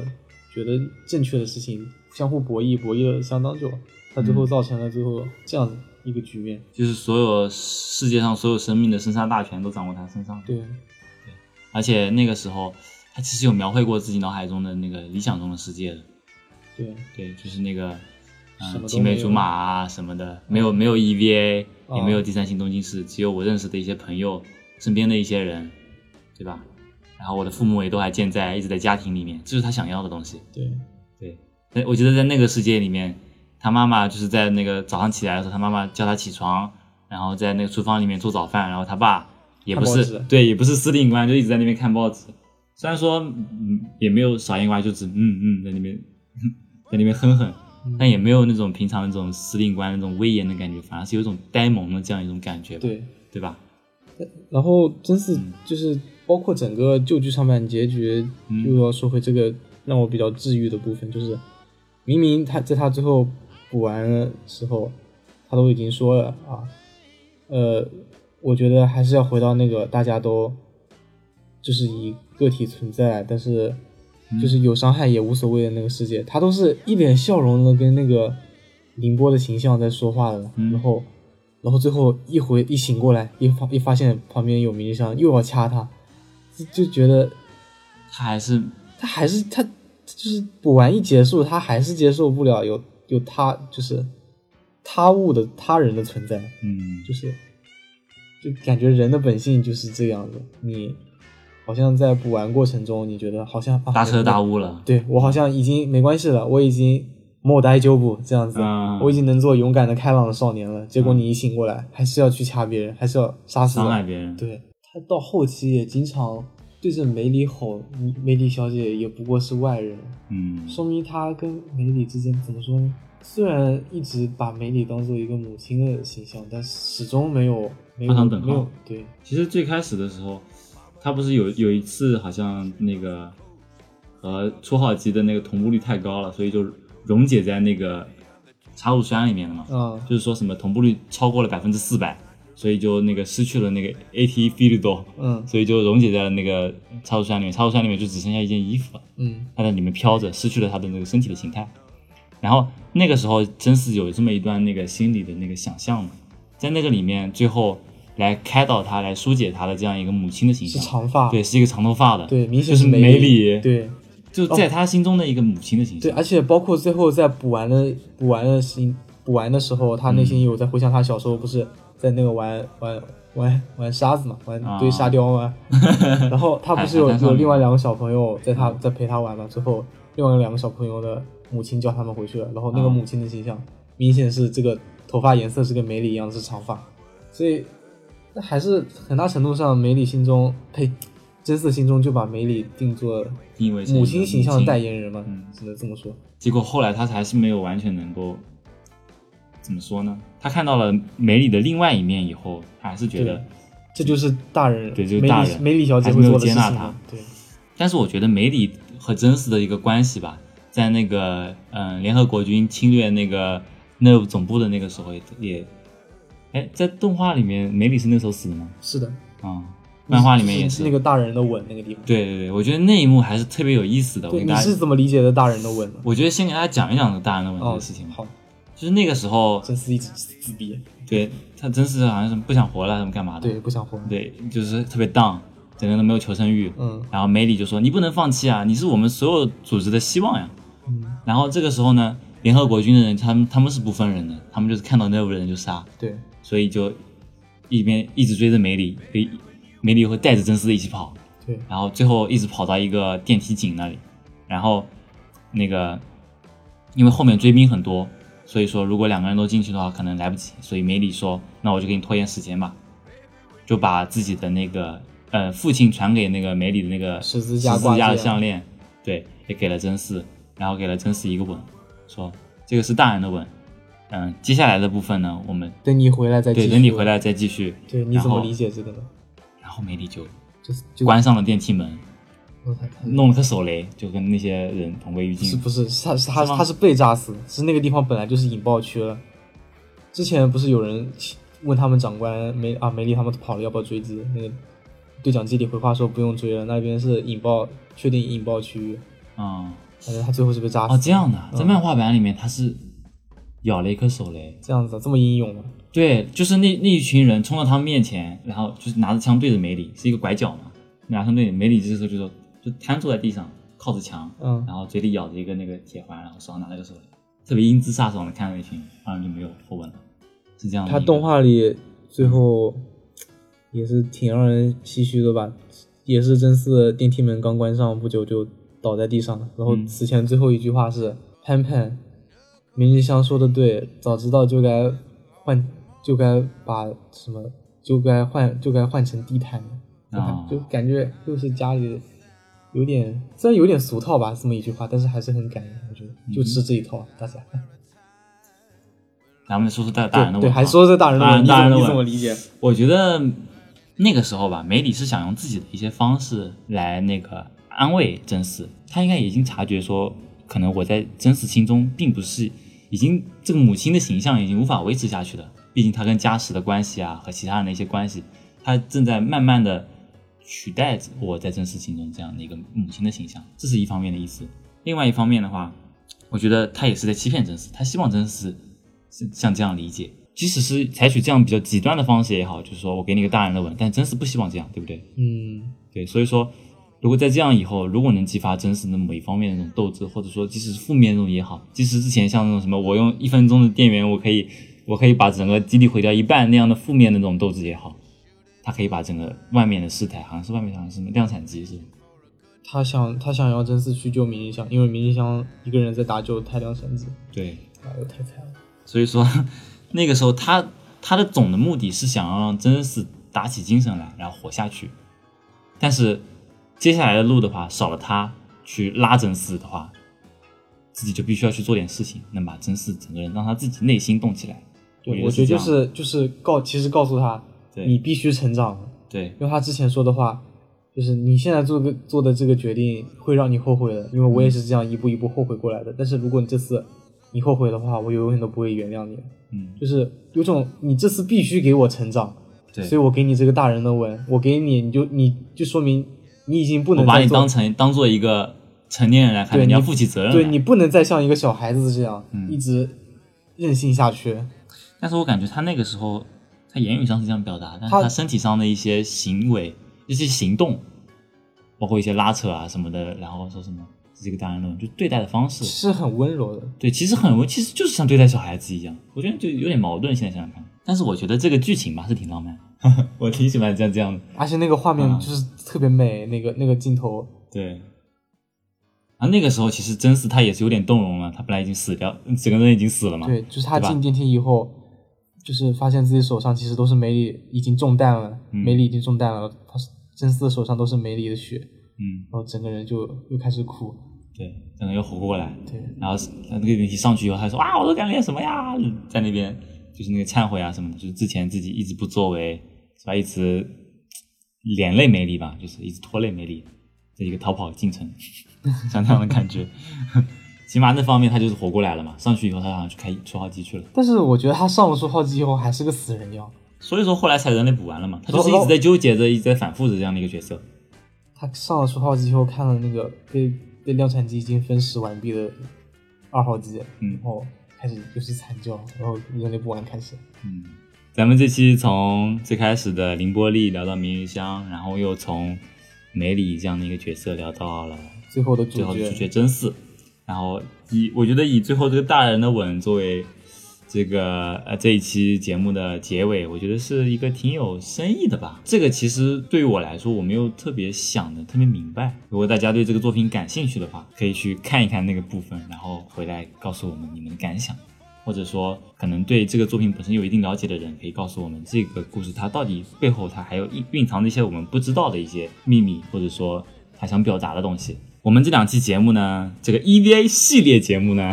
觉得正确的事情相互博弈，博弈了相当久，他最后
嗯
造成了最后这样一个局面。
就是所有世界上所有生命的生杀大权都掌握他身上。，
对，
而且那个时候他其实有描绘过自己脑海中的那个理想中的世界的，
对，
对，就是那个。
什
嗯，
么都
青梅
没有
竹马啊什么的，没有没有 EVA，、也
哦
没有第三性东京市，只有我认识的一些朋友，身边的一些人，对吧？然后我的父母也都还健在，一直在家庭里面，这是他想要的东西。
对，
对，在我觉得在那个世界里面，他妈妈就是在那个早上起来的时候，他妈妈叫他起床，然后在那个厨房里面做早饭，然后他爸也不
看
是
报纸
对，也不是司令官，就一直在那边看报纸。虽然说嗯也没有傻眼瓜，就只嗯嗯在那边 在那边哼哼，
嗯
但也没有那种平常那种司令官那种威严的感觉，反而是有一种呆萌的这样一种感觉吧，
对。
对吧？
然后真是
嗯
就是包括整个旧剧上半结局，
嗯
又要说回这个让我比较治愈的部分，就是明明他在他最后补完的时候，他都已经说了啊，呃，我觉得还是要回到那个大家都就是以个体存在，但是
嗯
就是有伤害也无所谓的那个世界，他都是一脸笑容的跟那个凌波的形象在说话的，
嗯
然后。然后最后一回一醒过来，一发一发现旁边有名医生又要掐他，就就觉得
他还是嗯
他还是他就是补完一结束，他还是接受不了有有他就是他物的他人的存在，
嗯
就是就感觉人的本性就是这样的，你好像在补完过程中，你觉得好像、啊、
大彻大
悟，
悟了，
对我好像已经没关系了，我已经莫大纠补这样子，
嗯，
我已经能做勇敢的、开朗的少年了。结果你一醒过来，还是要去掐别人，还是要杀死
伤害
人。
别人，
对他到后期也经常对着梅里吼，梅里小姐也不过是外人，
嗯，
说明他跟梅里之间怎么说呢？虽然一直把梅里当做一个母亲的形象，但始终没有没
画
有
嗯上等号
没有对
其实最开始的时候，他不是有有一次好像那个和初号机的那个同步率太高了，所以就溶解在那个茶乳酸里面了嘛。
啊
就是说什么同步率超过了百分之四百，所以就那个失去了那个 AT 比率多，
嗯
所以就溶解在了那个茶乳酸里面。茶乳酸里面就只剩下一件衣服了，
嗯
它在里面飘着，失去了它的那个身体的形态。然后那个时候真是有这么一段那个心理的那个想象嘛，在那个里面最后来开导他、来疏解他的这样一个母亲的形
是
象，
长发
对，是一个长头发的，
对明显
就是
梅
里，，
对
就在他心中的一个母亲的形
对，
象，
而且包括最后在补完的补完的心补完的时候，他内
嗯
心有在回想他小时候不是在那个玩玩玩玩沙子嘛，玩
啊
堆沙雕 嘛。然后他不是有
海海滩上嗯
有
面
另外两个小朋友在他在陪他玩嘛，最后另外两个小朋友的母亲叫他们回去了，然后那个
啊
母亲的形象明显是这个头发颜色是跟梅里一样是长发，所以那还是很大程度上梅里心中呸。真嗣心中就把梅里定做
因为是一个
母亲形象的代
母亲。
言人嘛
嗯，
只能这么说。
结果后来他还是没有完全能够，怎么说呢？他看到了梅里的另外一面以后，他还是觉得
对这就是大人，
对就是大人
梅里梅里小姐会做的事情
还是没有接纳他
嘛。对，
但是我觉得梅里和真嗣的一个关系吧，在那个嗯、呃联合国军侵略那个 NERV 总部的那个时候也也，哎，在动画里面梅里是那时候死的吗？
是的，
啊、漫画里面也。
就是那个大人的吻那个地方。
对对对，我觉得那一幕还是特别有意思的。我
对，
给
你
大家
是，怎么理解的大人的吻呢？
我觉得先给大家讲一讲大人的问题
哦，
的事情吧。
好，
就是那个时候，
真是一直自闭，
对他真是好像是不想活了，还是干嘛的？
对，不想活。
对，就是特别 down，整个人都没有求生欲。
嗯
然后梅里就说：“你不能放弃啊，你是我们所有组织的希望呀。
嗯，”
然后这个时候呢，联合国军的人，他们他们是不分人的，他们就是看到那部人就杀，
对，
所以就一边一直追着梅里，被梅里会带着真丝一起跑，
对，
然后最后一直跑到一个电梯井那里，然后那个因为后面追兵很多，所以说如果两个人都进去的话，可能来不及，所以梅里说：“那我就给你拖延时间吧。”就把自己的那个呃父亲传给那个梅里的那个
十字架
十字架
挂
的
件
项链，对，也给了真嗣，然后给了真嗣一个吻，说这个是大人的吻。嗯，接下来的部分呢，我们
等你回来再继
对
续。
等你回，来再继续。
对，你怎
然
么
后
理解这个呢？
然后梅里就
就是就
关上了电梯门，
我才看
弄了颗手雷，就跟那些人同归于
不是
尽。
不是，是他是他
嗯是吗
他是被炸死的，是那个地方本来就是引爆区了。之前不是有人问他们长官梅啊梅里他们跑了要不要追击？那个队长基里回话说不用追了，那边是引爆确定引爆区域，
嗯，
反正他最后是被炸死。
哦，这样的，在
嗯
漫画版里面他是咬了一颗手雷，
这样子啊这么英勇吗？
对，就是那那一群人冲到他们面前，然后就是拿着枪对着梅里，是一个拐角嘛，拿着枪对着梅里，这时候就说就瘫坐在地上，靠着墙，
嗯
然后嘴里咬着一个那个铁环，然后手上拿了个手雷，特别英姿飒爽的看着那群人，当然就没有后文了，是这样的一个。
他动画里最后也是挺让人唏嘘的吧，也是真嗣电梯门刚关上不久就倒在地上了。然后
嗯
此前最后一句话是：“潘潘，明日香说的对，早知道就该换，就该把什么，就该换，就该换成地毯了。”
啊
就感觉又是家里的有点，虽然有点俗套吧，这么一句话，但是还是很感人。我觉得
嗯
就吃这一套，啊大家。
咱们说说大大人的 问
对对，
号
还说这大人的
大
问
人
题，
大人
你
的
怎么你怎么
问
理解？
我觉得那个时候吧，梅里是想用自己的一些方式来那个安慰真嗣，他应该已经察觉说，可能我在真嗣心中并不是已经这个母亲的形象已经无法维持下去了，毕竟她跟家石的关系啊和其他人的一些关系，她正在慢慢的取代我在真嗣心中这样的一个母亲的形象，这是一方面的意思。另外一方面的话，我觉得他也是在欺骗真嗣，他希望真嗣像像这样理解，即使是采取这样比较极端的方式也好，就是说我给你个大人的吻，但真嗣不希望这样，对不对？
嗯。
对，所以说，如果在这样以后，如果能激发真实的某一方面的那种斗志，或者说即使是负面那种也好，即使之前像那种什么我用一分钟的电源，我可以我可以把整个基地毁掉一半那样的负面的那种斗志也好，它可以把整个外面的事态，好像是外面好像是什么量产机是吧？
他想他想要真嗣去救明日香，因为明日香一个人在搭救太良神子，
对，
哎呦太惨了。
所以说 那个时候他他的总的目的是想要让真嗣打起精神来，然后活下去。但是接下来的路的话，少了他去拉真嗣的话，自己就必须要去做点事情，能把真嗣整个人让他自己内心动起来。
对，
我
我觉得
这
就
样
是就是告，其实告诉他，
对
你必须成长了，
对
因为他之前说的话，就是你现在做个做的这个决定会让你后悔的，因为我也是这样一步一步后悔过来的。但是如果你这次你后悔的话，我永远都不会原谅你。
嗯
就是有种你这次必须给我成长，
对，
所以我给你这个大人的吻，我给你，你就你就说明你已经不
我
能
把
再
你
做
当成当做一个成年人来看
对
待，你要
你
负起责任来。
对你不能再像一个小孩子这样、
嗯
一直任性下去。
但是我感觉他那个时候，他言语上是这样表达，但是
他
他身体上的一些行为、一些行动，包括一些拉扯啊什么的，然后说什么这个大人论，就对待的方
其
式，
实很温柔的，
对，其实很，其实就是像对待小孩子一样，我觉得就有点矛盾。现在想想看，但是我觉得这个剧情吧是挺浪漫的， 我挺喜欢这样这样的，
而且那个画面
嗯
就是特别美，那个那个镜头，
对。啊，那个时候其实真嗣他也是有点动容了，他本来已经死掉，整个人已经死了嘛，
对，就是他
嗯对吧
进电梯以后，就是发现自己手上其实都是梅里已经中弹了，
嗯
梅里已经中弹了，他真嗣的手上都是梅里的血，然
嗯，
后整个人就又开始哭，
对，整个又活过来，
对，
然后呃那个人一上去以后，他说啊，我都干了些什么呀？在那边就是那个忏悔啊什么的，就是之前自己一直不作为，是吧？一直连累梅里吧，就是一直拖累梅里这一个逃跑进程，像那样的感觉。起码那方面他就是活过来了嘛，上去以后他好像去开初号机去了，
但是我觉得他上了出号机以后还是个死人样，
所以说后来才人类补完了嘛，他就是一直在纠结着，一直在反复着这样的一个角色。
他上了出号机以后看了那个被被量产机已经分食完毕的二号机，
嗯
然后开始就是惨叫，然后人类不玩开始。
嗯，咱们这期从最开始的凌波丽聊到明日香，然后又从梅里这样的一个角色聊到了
最后的主
最后的
角，
主角真嗣，然后以我觉得以最后这个大人的吻作为这个呃这一期节目的结尾，我觉得是一个挺有深意的吧。这个其实对于我来说，我没有特别想的特别明白。如果大家对这个作品感兴趣的话，可以去看一看那个部分，然后回来告诉我们你们的感想。或者说，可能对这个作品本身有一定了解的人，可以告诉我们这个故事它到底背后它还有蕴蕴藏着一些我们不知道的一些秘密，或者说他想表达的东西。我们这两期节目呢，这个 EVA 系列节目呢，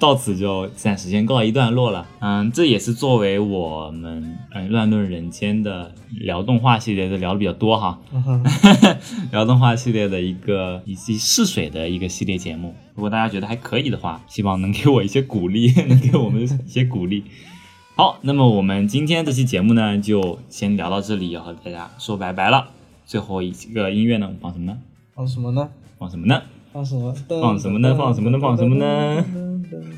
到此就暂时先告一段落了。嗯，这也是作为我们嗯乱论人间的聊动画系列的聊的比较多哈，
嗯哼
聊动画系列的一个以及试水的一个系列节目。如果大家觉得还可以的话，希望能给我一些鼓励， 能给我们一些鼓励。好，那么我们今天这期节目呢，就先聊到这里，要和大家说拜拜了。最后一个音乐呢，我们放什么呢？
放什么呢？
放什么呢？
放什么？
放什么呢放什么呢放什么呢？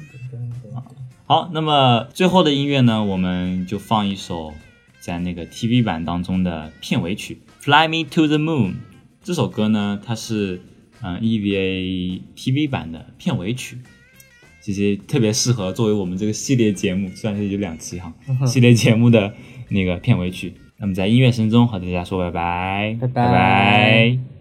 好，那么最后的音乐呢，我们就放一首在那个 TV 版当中的片尾曲《Fly Me to the Moon》。这首歌呢，它是嗯、呃 EVA TV 版的片尾曲，其实特别适合作为我们这个系列节目，虽然是有两期哈，系列节目的那个片尾曲。那么在音乐声中和大家说拜拜，
拜拜
拜拜